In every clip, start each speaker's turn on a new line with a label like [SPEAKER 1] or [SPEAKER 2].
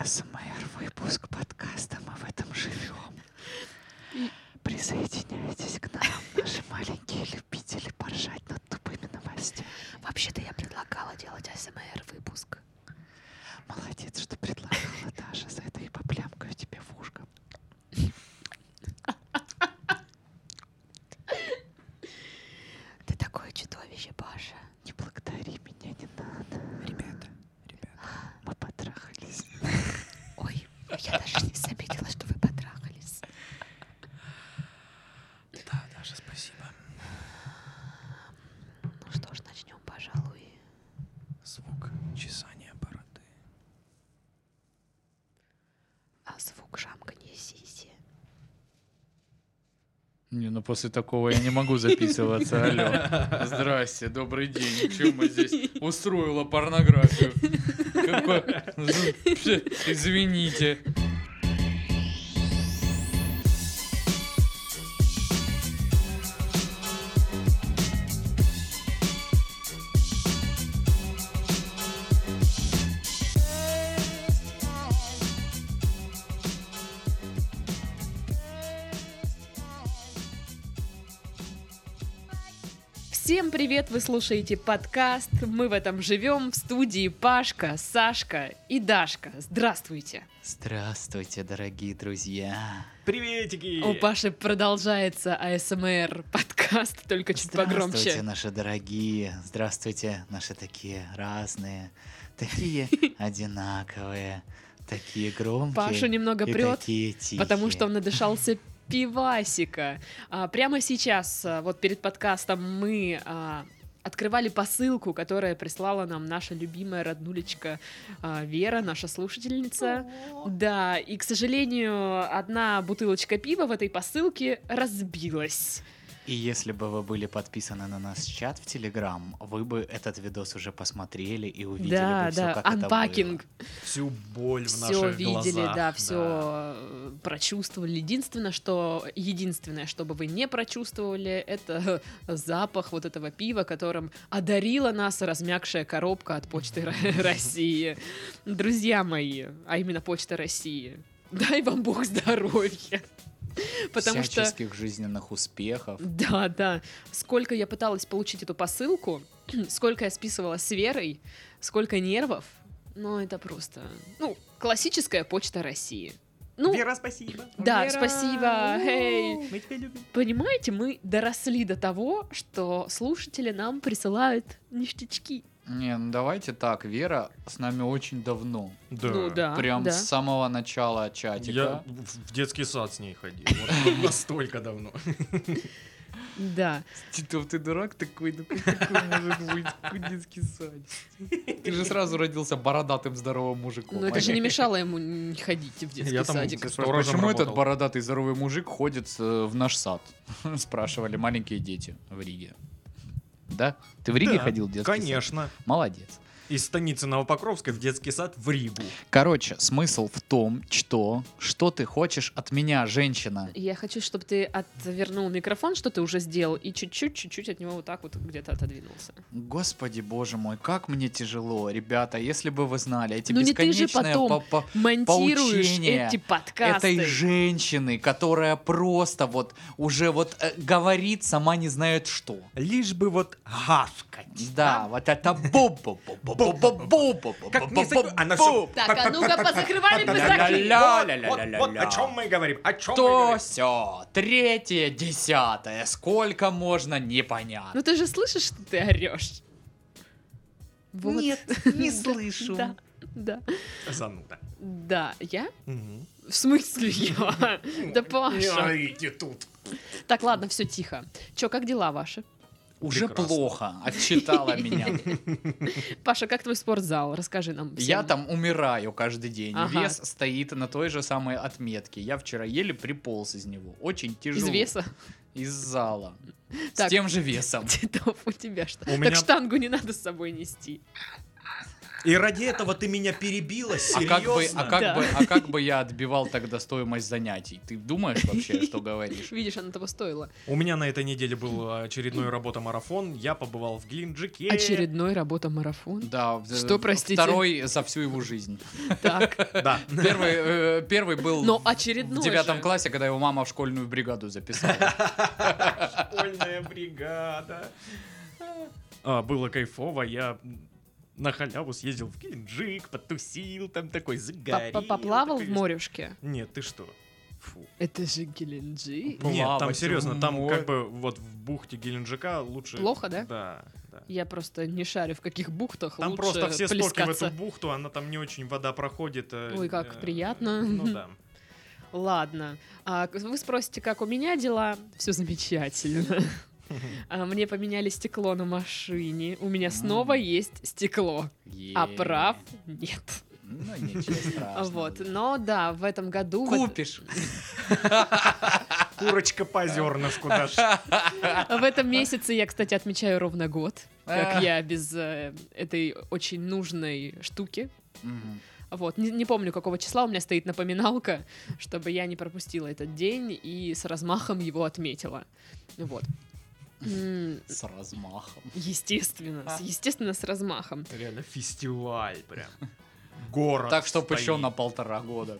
[SPEAKER 1] АСМР выпуск подкаста «Мы в этом живем». Присоединяйтесь к нам, наши маленькие любители поржать над тупыми новостями.
[SPEAKER 2] Вообще-то я предлагала делать АСМР выпуск.
[SPEAKER 1] Молодец, что предлагала Даша, за это и поплямкаю тебе в ушко.
[SPEAKER 2] Ты такое чудовище, Паша.
[SPEAKER 1] Не благодари меня, не надо.
[SPEAKER 3] Ребята, ребята,
[SPEAKER 1] Мы потрахались.
[SPEAKER 2] Ой, я даже не заметила, что вы потрахались.
[SPEAKER 3] да, Даша, спасибо.
[SPEAKER 2] Ну что ж, начнем, пожалуй.
[SPEAKER 3] Звук чесания бороды.
[SPEAKER 2] А звук шамканья сиси.
[SPEAKER 4] Не, ну после такого я не могу записываться. Алло. Здрасте, добрый день. Чем мы здесь? Устроила порнографию. Какой- Вообще, Извините.
[SPEAKER 5] Всем привет! Вы слушаете подкаст «Мы в этом живем» в студии Пашка, Сашка и Дашка. Здравствуйте!
[SPEAKER 6] Здравствуйте, дорогие друзья.
[SPEAKER 3] Приветики!
[SPEAKER 5] У Паши продолжается АСМР подкаст, только чуть
[SPEAKER 6] Здравствуйте,
[SPEAKER 5] погромче.
[SPEAKER 6] наши дорогие. Здравствуйте, наши такие разные, такие одинаковые, такие громкие.
[SPEAKER 5] Пашу немного
[SPEAKER 6] и
[SPEAKER 5] прет,
[SPEAKER 6] такие тихие.
[SPEAKER 5] потому что он надышался пивасика. А, прямо сейчас, а, вот перед подкастом, мы а, открывали посылку, которая прислала нам наша любимая роднулечка а, Вера, наша слушательница. Да, и, к сожалению, одна бутылочка пива в этой посылке разбилась.
[SPEAKER 6] И если бы вы были подписаны на наш чат в Телеграм, вы бы этот видос уже посмотрели и увидели
[SPEAKER 5] да,
[SPEAKER 6] бы всё,
[SPEAKER 5] да,
[SPEAKER 6] как это
[SPEAKER 5] анпакинг.
[SPEAKER 3] Всю боль в
[SPEAKER 5] Все
[SPEAKER 3] наших
[SPEAKER 5] видели,
[SPEAKER 3] глазах.
[SPEAKER 5] да, все прочувствовали. Единственное, что единственное, что бы вы не прочувствовали, это запах вот этого пива, которым одарила нас размягшая коробка от Почты Ро- России. Друзья мои, а именно Почта России. Дай вам Бог здоровья.
[SPEAKER 6] было.
[SPEAKER 5] Потому что
[SPEAKER 6] Всяческих жизненных успехов.
[SPEAKER 5] Да, да. Сколько я пыталась получить эту посылку, сколько я списывала с Верой, сколько нервов. Но это просто, ну, классическая почта России. Ну,
[SPEAKER 3] Вера, спасибо.
[SPEAKER 5] да,
[SPEAKER 3] Вера,
[SPEAKER 5] спасибо, эй.
[SPEAKER 3] Мы тебя любим.
[SPEAKER 5] Понимаете, мы доросли до того, что слушатели нам присылают ништячки.
[SPEAKER 4] Не, ну давайте так, Вера с нами очень давно.
[SPEAKER 3] Да.
[SPEAKER 5] Ну да,
[SPEAKER 4] Прям
[SPEAKER 5] да.
[SPEAKER 4] с самого начала
[SPEAKER 3] Я
[SPEAKER 4] чатика.
[SPEAKER 3] в в детский сад с ней ходил. Вот настолько давно.
[SPEAKER 5] Да.
[SPEAKER 4] Титов, ты дурак такой, ну как такой может быть, какой детский садик. Ты же сразу родился бородатым здоровым мужиком.
[SPEAKER 5] Но Ну, это же
[SPEAKER 4] Понятно.
[SPEAKER 5] не мешало ему не ходить в детский
[SPEAKER 3] Я там
[SPEAKER 5] садик.
[SPEAKER 3] как
[SPEAKER 4] Спрашивают,
[SPEAKER 3] сторожем
[SPEAKER 4] Почему
[SPEAKER 3] работал.
[SPEAKER 4] этот бородатый здоровый мужик ходит э, в наш сад? Спрашивали маленькие дети в Риге. Да? Ты в Риге
[SPEAKER 3] Да,
[SPEAKER 4] ходил в детский сад?
[SPEAKER 3] Конечно.
[SPEAKER 4] Молодец.
[SPEAKER 3] Из станицы Новопокровска в детский сад в Ригу.
[SPEAKER 4] Короче, смысл в том, что что ты хочешь от меня, женщина?
[SPEAKER 5] Я хочу, чтобы ты отвернул микрофон, что ты уже сделал, и чуть-чуть, чуть-чуть от него вот так вот где-то отодвинулся.
[SPEAKER 4] Господи, боже мой, как мне тяжело, ребята, если бы вы знали эти
[SPEAKER 5] Ну не ты же
[SPEAKER 4] бесконечные
[SPEAKER 5] потом
[SPEAKER 4] по- по-
[SPEAKER 5] монтируешь
[SPEAKER 4] поучение
[SPEAKER 5] эти подкасты.
[SPEAKER 4] этой женщины, которая просто вот уже вот э, говорит, сама не знает что.
[SPEAKER 3] Лишь бы вот гавкать.
[SPEAKER 4] Да, вот это бобо
[SPEAKER 3] Как не закрой- она всё-
[SPEAKER 5] Так, а ну-ка, позакрывали мы заки.
[SPEAKER 3] Вот, вот о чем мы говорим, о чем мы
[SPEAKER 4] То
[SPEAKER 3] говорим.
[SPEAKER 4] все, третье, десятое, сколько можно, непонятно.
[SPEAKER 5] Ну ты же слышишь, что ты орешь?
[SPEAKER 4] Нет, не слышу.
[SPEAKER 5] Да, да,
[SPEAKER 3] Зануда.
[SPEAKER 5] да. Я?
[SPEAKER 3] Мгм.
[SPEAKER 5] В смысле я? Да Паша.
[SPEAKER 3] орите тут.
[SPEAKER 5] Так, ладно, все тихо. Че, как дела ваши?
[SPEAKER 4] Уже
[SPEAKER 3] Прекрасно.
[SPEAKER 4] плохо, отчитала меня.
[SPEAKER 5] Паша, как твой спортзал? Расскажи нам. всем.
[SPEAKER 4] Я там умираю каждый день.
[SPEAKER 5] Ага.
[SPEAKER 4] Вес стоит на той же самой отметке. Я вчера еле приполз из него. Очень
[SPEAKER 5] из
[SPEAKER 4] тяжело.
[SPEAKER 5] веса.
[SPEAKER 4] Из зала. С
[SPEAKER 5] Так.
[SPEAKER 4] тем же весом.
[SPEAKER 5] Титов, у тебя что?
[SPEAKER 3] У
[SPEAKER 5] так
[SPEAKER 3] меня-
[SPEAKER 5] штангу не надо с собой нести.
[SPEAKER 7] И ради этого ты меня перебила,
[SPEAKER 4] А как, бы,
[SPEAKER 7] серьезно?
[SPEAKER 4] а, как
[SPEAKER 5] Да.
[SPEAKER 4] бы, а как бы я отбивал тогда стоимость занятий? Ты думаешь вообще, что говоришь?
[SPEAKER 5] Видишь, она того стоила.
[SPEAKER 7] У меня на этой неделе был очередной работа-марафон. Я побывал в Глинджике.
[SPEAKER 5] Очередной работа-марафон.
[SPEAKER 4] Да, в-
[SPEAKER 5] Что,
[SPEAKER 4] в-
[SPEAKER 5] простите?
[SPEAKER 4] Второй за всю его жизнь.
[SPEAKER 5] Так,
[SPEAKER 7] Да.
[SPEAKER 4] Первый, э, первый был
[SPEAKER 5] но
[SPEAKER 4] в
[SPEAKER 5] очередной
[SPEAKER 4] девятом
[SPEAKER 5] же.
[SPEAKER 4] классе, когда его мама в школьную бригаду записала.
[SPEAKER 7] Школьная бригада. А, было кайфово, я на халяву съездил в Геленджик, потусил, там такой загорел.
[SPEAKER 5] По- по- Поплавал в
[SPEAKER 7] такой-
[SPEAKER 5] морюшке.
[SPEAKER 7] Нет, ты что? Фу.
[SPEAKER 5] Это же Геленджик.
[SPEAKER 7] Нет, там
[SPEAKER 4] Плавать
[SPEAKER 7] серьезно,
[SPEAKER 4] в
[SPEAKER 7] там
[SPEAKER 4] море.
[SPEAKER 7] как бы вот в бухте Геленджика лучше...
[SPEAKER 5] Плохо, да?
[SPEAKER 7] Да, да.
[SPEAKER 5] Я просто не шарю, в каких бухтах
[SPEAKER 7] Там
[SPEAKER 5] лучше
[SPEAKER 7] просто все стоки в
[SPEAKER 5] плескаться.
[SPEAKER 7] эту бухту, она там не очень вода проходит. э,
[SPEAKER 5] Ой, как
[SPEAKER 7] э,
[SPEAKER 5] приятно.
[SPEAKER 7] Ну да.
[SPEAKER 5] Ладно. А, к- вы спросите, как у меня дела? Все замечательно. А, Мне поменяли стекло на машине. У меня снова есть стекло.
[SPEAKER 4] Е.
[SPEAKER 5] А прав нет.
[SPEAKER 8] Ну, ничего страшного.
[SPEAKER 5] Вот. Но да, в этом году... вот-
[SPEAKER 4] Купишь.
[SPEAKER 7] Курочка по зернышку даже.
[SPEAKER 5] В этом месяце я, кстати, отмечаю ровно год,
[SPEAKER 4] А.
[SPEAKER 5] как я без э, этой очень нужной штуки.
[SPEAKER 8] Мгм.
[SPEAKER 5] Вот, не, не помню, какого числа у меня стоит напоминалка, чтобы я не пропустила этот день и с размахом его отметила. Вот. М,
[SPEAKER 8] С размахом.
[SPEAKER 5] Естественно, с- естественно, с размахом.
[SPEAKER 7] Реально фестиваль прям. Город
[SPEAKER 4] Так, чтоб
[SPEAKER 7] стоит.
[SPEAKER 4] еще на полтора года.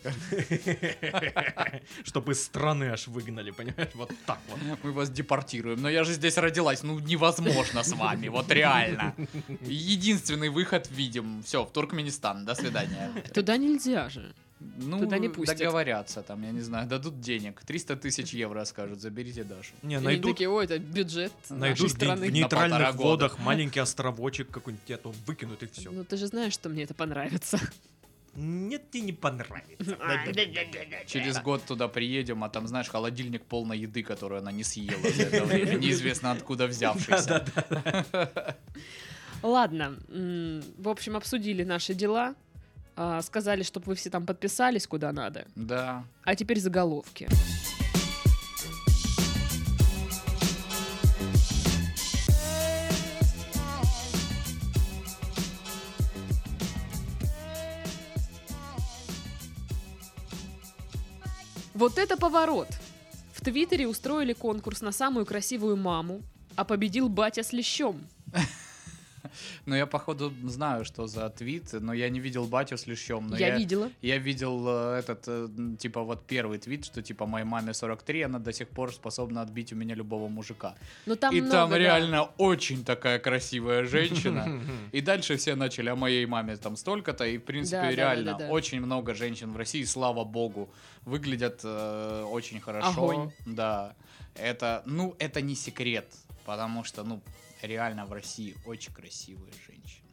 [SPEAKER 7] Чтобы из страны аж выгнали, понимаешь? Вот так вот.
[SPEAKER 4] Мы вас депортируем. Но я же здесь родилась. Ну, невозможно с вами. Вот реально. Единственный выход видим. Все, в Туркменистан. До свидания.
[SPEAKER 5] Туда нельзя же.
[SPEAKER 4] Ну,
[SPEAKER 5] Туда не пустят.
[SPEAKER 4] договорятся там, я не знаю, дадут денег. 300 тысяч евро скажут, заберите Дашу.
[SPEAKER 7] Не,
[SPEAKER 5] И они
[SPEAKER 7] найдут,
[SPEAKER 5] такие, ой, это бюджет нашей
[SPEAKER 7] найдут
[SPEAKER 5] страны.
[SPEAKER 7] в
[SPEAKER 4] не- полтора
[SPEAKER 7] нейтральных
[SPEAKER 4] года.
[SPEAKER 7] водах маленький островочек какой-нибудь, тебя тут выкинут и все.
[SPEAKER 5] Ну ты же знаешь, что мне это понравится.
[SPEAKER 7] Нет, тебе не понравится.
[SPEAKER 4] Через год туда приедем, а там, знаешь, холодильник полной еды, которую она не съела за это время, неизвестно откуда взявшийся.
[SPEAKER 5] Ладно, м, в общем, обсудили наши дела, а, сказали, чтобы вы все там подписались куда надо.
[SPEAKER 4] Да.
[SPEAKER 5] А теперь заголовки. Вот это поворот! В Твиттере устроили конкурс на самую красивую маму, а победил батя с лещом.
[SPEAKER 4] Но я, походу, знаю, что за твит, но я не видел батю с лещом. но
[SPEAKER 5] я, видела.
[SPEAKER 4] Ну, Я видел э, этот, э, м, типа, вот первый твит, что, типа, моей маме 43, она до сих пор способна отбить у меня любого мужика.
[SPEAKER 5] Но там
[SPEAKER 4] и
[SPEAKER 5] много,
[SPEAKER 4] там
[SPEAKER 5] да.
[SPEAKER 4] реально очень такая красивая женщина. И дальше все начали, а моей маме там столько-то, и, в принципе,
[SPEAKER 5] Да, да, да,
[SPEAKER 4] реально,
[SPEAKER 5] да, да.
[SPEAKER 4] очень много женщин в России, слава богу, выглядят э, очень хорошо.
[SPEAKER 5] Огонь.
[SPEAKER 4] Да, это, ну, это не секрет, потому что, ну, реально в России очень красивые женщины.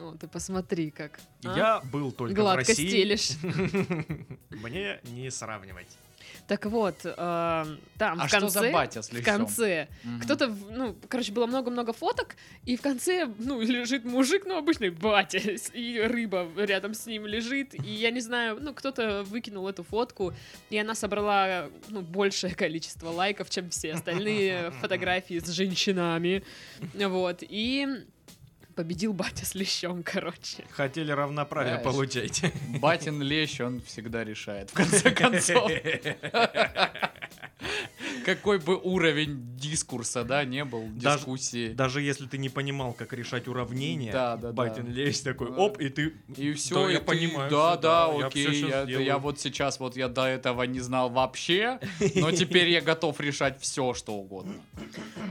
[SPEAKER 5] О, ты посмотри, как. а?
[SPEAKER 7] Я был только в
[SPEAKER 5] Гладко
[SPEAKER 7] России.
[SPEAKER 5] стелишь.
[SPEAKER 7] Мне не сравнивать.
[SPEAKER 5] Так вот, э, там
[SPEAKER 4] А
[SPEAKER 5] в
[SPEAKER 4] что
[SPEAKER 5] конце,
[SPEAKER 4] за батя с
[SPEAKER 5] в
[SPEAKER 4] лещом?
[SPEAKER 5] конце
[SPEAKER 4] Мгм.
[SPEAKER 5] кто-то, в- ну, короче, было много-много фоток, и в конце, ну, лежит мужик, ну, обычный батя, с- и рыба рядом с ним лежит, и я не знаю, ну, кто-то выкинул эту фотку, и она собрала, ну, большее количество лайков, чем все остальные фотографии с женщинами, вот, и победил батя с лещом, короче.
[SPEAKER 7] Хотели равноправие,
[SPEAKER 4] Знаешь.
[SPEAKER 7] получайте.
[SPEAKER 4] Батин лещ, он всегда решает, в конце концов. Какой бы уровень дискурса, да, не был,
[SPEAKER 7] Даже-
[SPEAKER 4] дискуссии.
[SPEAKER 7] Даже если ты не понимал, как решать уравнение,
[SPEAKER 4] Да, да, да.
[SPEAKER 7] Байтин лезь такой,
[SPEAKER 4] Да.
[SPEAKER 7] оп, и ты...
[SPEAKER 4] И все,
[SPEAKER 7] я понимаю.
[SPEAKER 4] Да,
[SPEAKER 7] всё,
[SPEAKER 4] да,
[SPEAKER 7] я
[SPEAKER 4] окей.
[SPEAKER 7] всё щас
[SPEAKER 4] Я,
[SPEAKER 7] сделаю».
[SPEAKER 4] я вот сейчас, вот я до этого не знал вообще, но теперь я готов решать все, что угодно.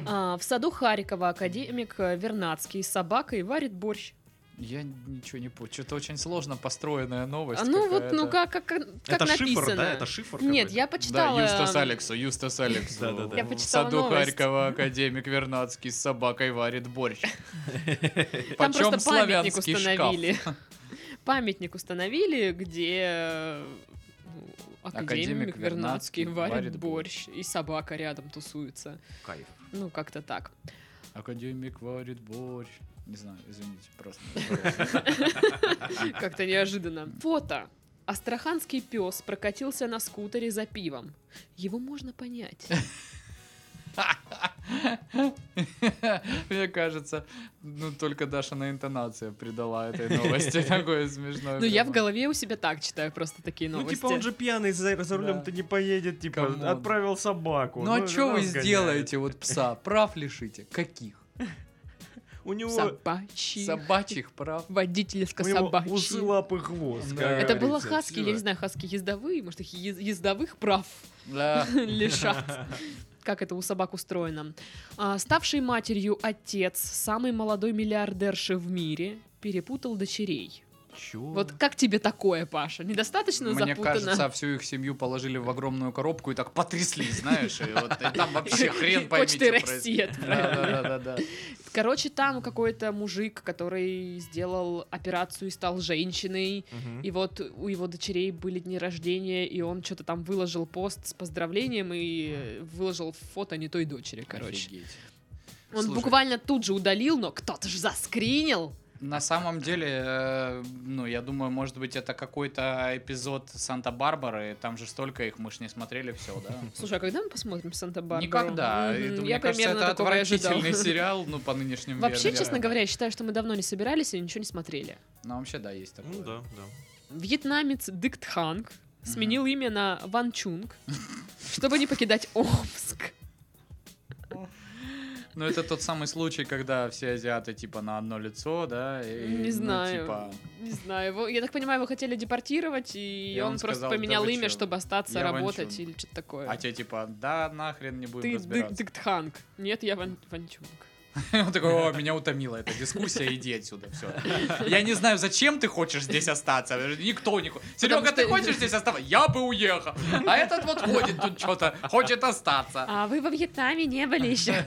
[SPEAKER 5] А, в саду Харькова академик э, Вернадский с собакой варит борщ.
[SPEAKER 4] Я ничего не понял. Что-то очень сложно построенная новость.
[SPEAKER 5] А ну вот,
[SPEAKER 4] какая-то.
[SPEAKER 5] ну как, как, как
[SPEAKER 7] Это
[SPEAKER 5] написано.
[SPEAKER 7] шифр, да? Это шифр
[SPEAKER 5] Нет,
[SPEAKER 7] какой-то?
[SPEAKER 5] я почитала.
[SPEAKER 4] Да, Юстас
[SPEAKER 5] э,
[SPEAKER 4] Алексу, Юстас Алексу.
[SPEAKER 7] Да-да-да. Я
[SPEAKER 4] В
[SPEAKER 5] почитала
[SPEAKER 4] саду
[SPEAKER 5] новость.
[SPEAKER 4] Харькова академик Вернадский с собакой варит борщ.
[SPEAKER 5] Там
[SPEAKER 4] Почем
[SPEAKER 5] просто памятник
[SPEAKER 4] славянский шкаф?
[SPEAKER 5] установили. Памятник установили, где э, ну,
[SPEAKER 4] Академик
[SPEAKER 5] академик Вернадский
[SPEAKER 4] Вернадский
[SPEAKER 5] варит
[SPEAKER 4] варит
[SPEAKER 5] борщ, и собака рядом тусуется.
[SPEAKER 7] Кайф.
[SPEAKER 5] Ну, как-то так.
[SPEAKER 4] Академик варит борщ. Не знаю, извините, просто.
[SPEAKER 5] Как-то неожиданно. Фото. Астраханский пес прокатился на скутере за пивом. Его можно понять.
[SPEAKER 4] Мне кажется, ну только Дашина интонация придала этой новости такое смешное.
[SPEAKER 5] Ну, я в
[SPEAKER 4] прямо.
[SPEAKER 5] голове у себя так читаю просто такие
[SPEAKER 3] Ну,
[SPEAKER 5] новости.
[SPEAKER 3] типа, он же пьяный за, за рулем-то
[SPEAKER 4] Да.
[SPEAKER 3] не поедет, типа,
[SPEAKER 4] Камон.
[SPEAKER 3] отправил собаку.
[SPEAKER 4] Ну а что вы
[SPEAKER 3] разгоняет.
[SPEAKER 4] сделаете вот пса? Прав лишите? Каких?
[SPEAKER 3] У него,
[SPEAKER 5] Собачий.
[SPEAKER 4] Собачьих прав?
[SPEAKER 5] Водительско
[SPEAKER 3] у него
[SPEAKER 5] собачий.
[SPEAKER 3] усы, лапы, хвост.
[SPEAKER 4] Да.
[SPEAKER 3] как
[SPEAKER 5] Это было
[SPEAKER 3] говорится,
[SPEAKER 5] хаски, я
[SPEAKER 3] всё.
[SPEAKER 5] не знаю, хаски ездовые, может, их ез- ездовых прав
[SPEAKER 4] Да.
[SPEAKER 5] лишат. Как это у собак устроено. А, ставший матерью отец, самый молодой миллиардерши в мире, перепутал дочерей.
[SPEAKER 4] Чё?
[SPEAKER 5] Вот как тебе такое, Паша? Недостаточно
[SPEAKER 4] Мне
[SPEAKER 5] запутано?
[SPEAKER 4] кажется, всю их семью положили в огромную коробку и так потрясли, знаешь, и вот и там вообще хрен пойми,
[SPEAKER 5] Почтой
[SPEAKER 4] что
[SPEAKER 5] России
[SPEAKER 4] происходит. Да, да, да, да.
[SPEAKER 5] Короче, там какой-то мужик, который сделал операцию и стал женщиной,
[SPEAKER 3] Мгм.
[SPEAKER 5] И вот у его дочерей были дни рождения, и он что-то там выложил пост с поздравлением и э, выложил фото не той дочери, короче.
[SPEAKER 4] Офигеть.
[SPEAKER 5] Он
[SPEAKER 4] Слушай.
[SPEAKER 5] буквально тут же удалил, но кто-то же заскринил.
[SPEAKER 4] На самом деле, э, ну, я думаю, может быть, это какой-то эпизод Санта-Барбары. Там же столько их, мы ж не смотрели все, да?
[SPEAKER 5] Слушай, а когда мы посмотрим Санта-Барбару?
[SPEAKER 4] Никогда.
[SPEAKER 5] Мгм,
[SPEAKER 4] Это,
[SPEAKER 5] Ну, Я
[SPEAKER 4] мне кажется,
[SPEAKER 5] примерно
[SPEAKER 4] это
[SPEAKER 5] такого и ожидала.
[SPEAKER 4] отвратительный сериал, ну, по нынешним
[SPEAKER 5] Вообще,
[SPEAKER 4] меркам.
[SPEAKER 5] честно говоря, я считаю, что мы давно не собирались и ничего не смотрели.
[SPEAKER 4] Ну, вообще, да, есть такое.
[SPEAKER 3] Ну да, да.
[SPEAKER 5] Вьетнамец Дикт Ханг сменил имя на Ван Чунг, чтобы не покидать Омск.
[SPEAKER 4] Ну, это тот самый случай, когда все азиаты, типа, на одно лицо, да? и,
[SPEAKER 5] Не
[SPEAKER 4] ну,
[SPEAKER 5] знаю.
[SPEAKER 4] типа,
[SPEAKER 5] Не знаю, его, я так понимаю, его хотели депортировать, и,
[SPEAKER 4] И
[SPEAKER 5] он,
[SPEAKER 4] он
[SPEAKER 5] просто
[SPEAKER 4] сказал,
[SPEAKER 5] поменял
[SPEAKER 4] «Да вы
[SPEAKER 5] имя,
[SPEAKER 4] чё?
[SPEAKER 5] чтобы остаться
[SPEAKER 4] Я
[SPEAKER 5] работать
[SPEAKER 4] Ванчунг».
[SPEAKER 5] или что-то такое.
[SPEAKER 4] а те, типа, да, нахрен не будем
[SPEAKER 5] Ты дык-
[SPEAKER 4] разбираться.
[SPEAKER 5] Дыктханг. Нет, я Ван- Ванчунг.
[SPEAKER 4] Он такой, о, меня утомила эта дискуссия, иди отсюда, все. Я не знаю, зачем ты хочешь здесь остаться. Никто не хочет. Серега, ты
[SPEAKER 5] что-
[SPEAKER 4] хочешь здесь оставаться? Я бы уехал. А этот вот ходит тут что-то, хочет остаться.
[SPEAKER 5] А вы во Вьетнаме не были еще.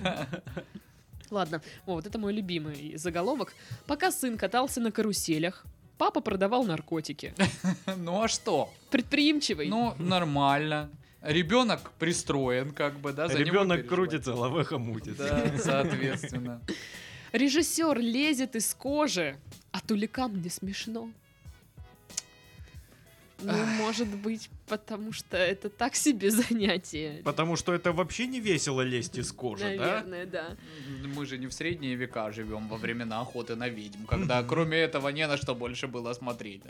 [SPEAKER 5] Ладно, О, вот это мой любимый заголовок. Пока сын катался на каруселях, папа продавал наркотики.
[SPEAKER 4] Ну а что?
[SPEAKER 5] Предприимчивый.
[SPEAKER 4] Ну, нормально. Ребенок пристроен, как бы, да, за него
[SPEAKER 3] Ребенок
[SPEAKER 4] переживать.
[SPEAKER 3] крутится, лавеха мутит.
[SPEAKER 4] Да, соответственно.
[SPEAKER 5] Режиссер лезет из кожи, а туликам не смешно. Ну, может быть, потому что это так себе занятие.
[SPEAKER 3] Потому что это вообще не весело лезть из кожи, да?
[SPEAKER 5] Наверное, да.
[SPEAKER 4] Мы же не в средние века живем во времена охоты на ведьм, когда кроме этого не на что больше было смотреть.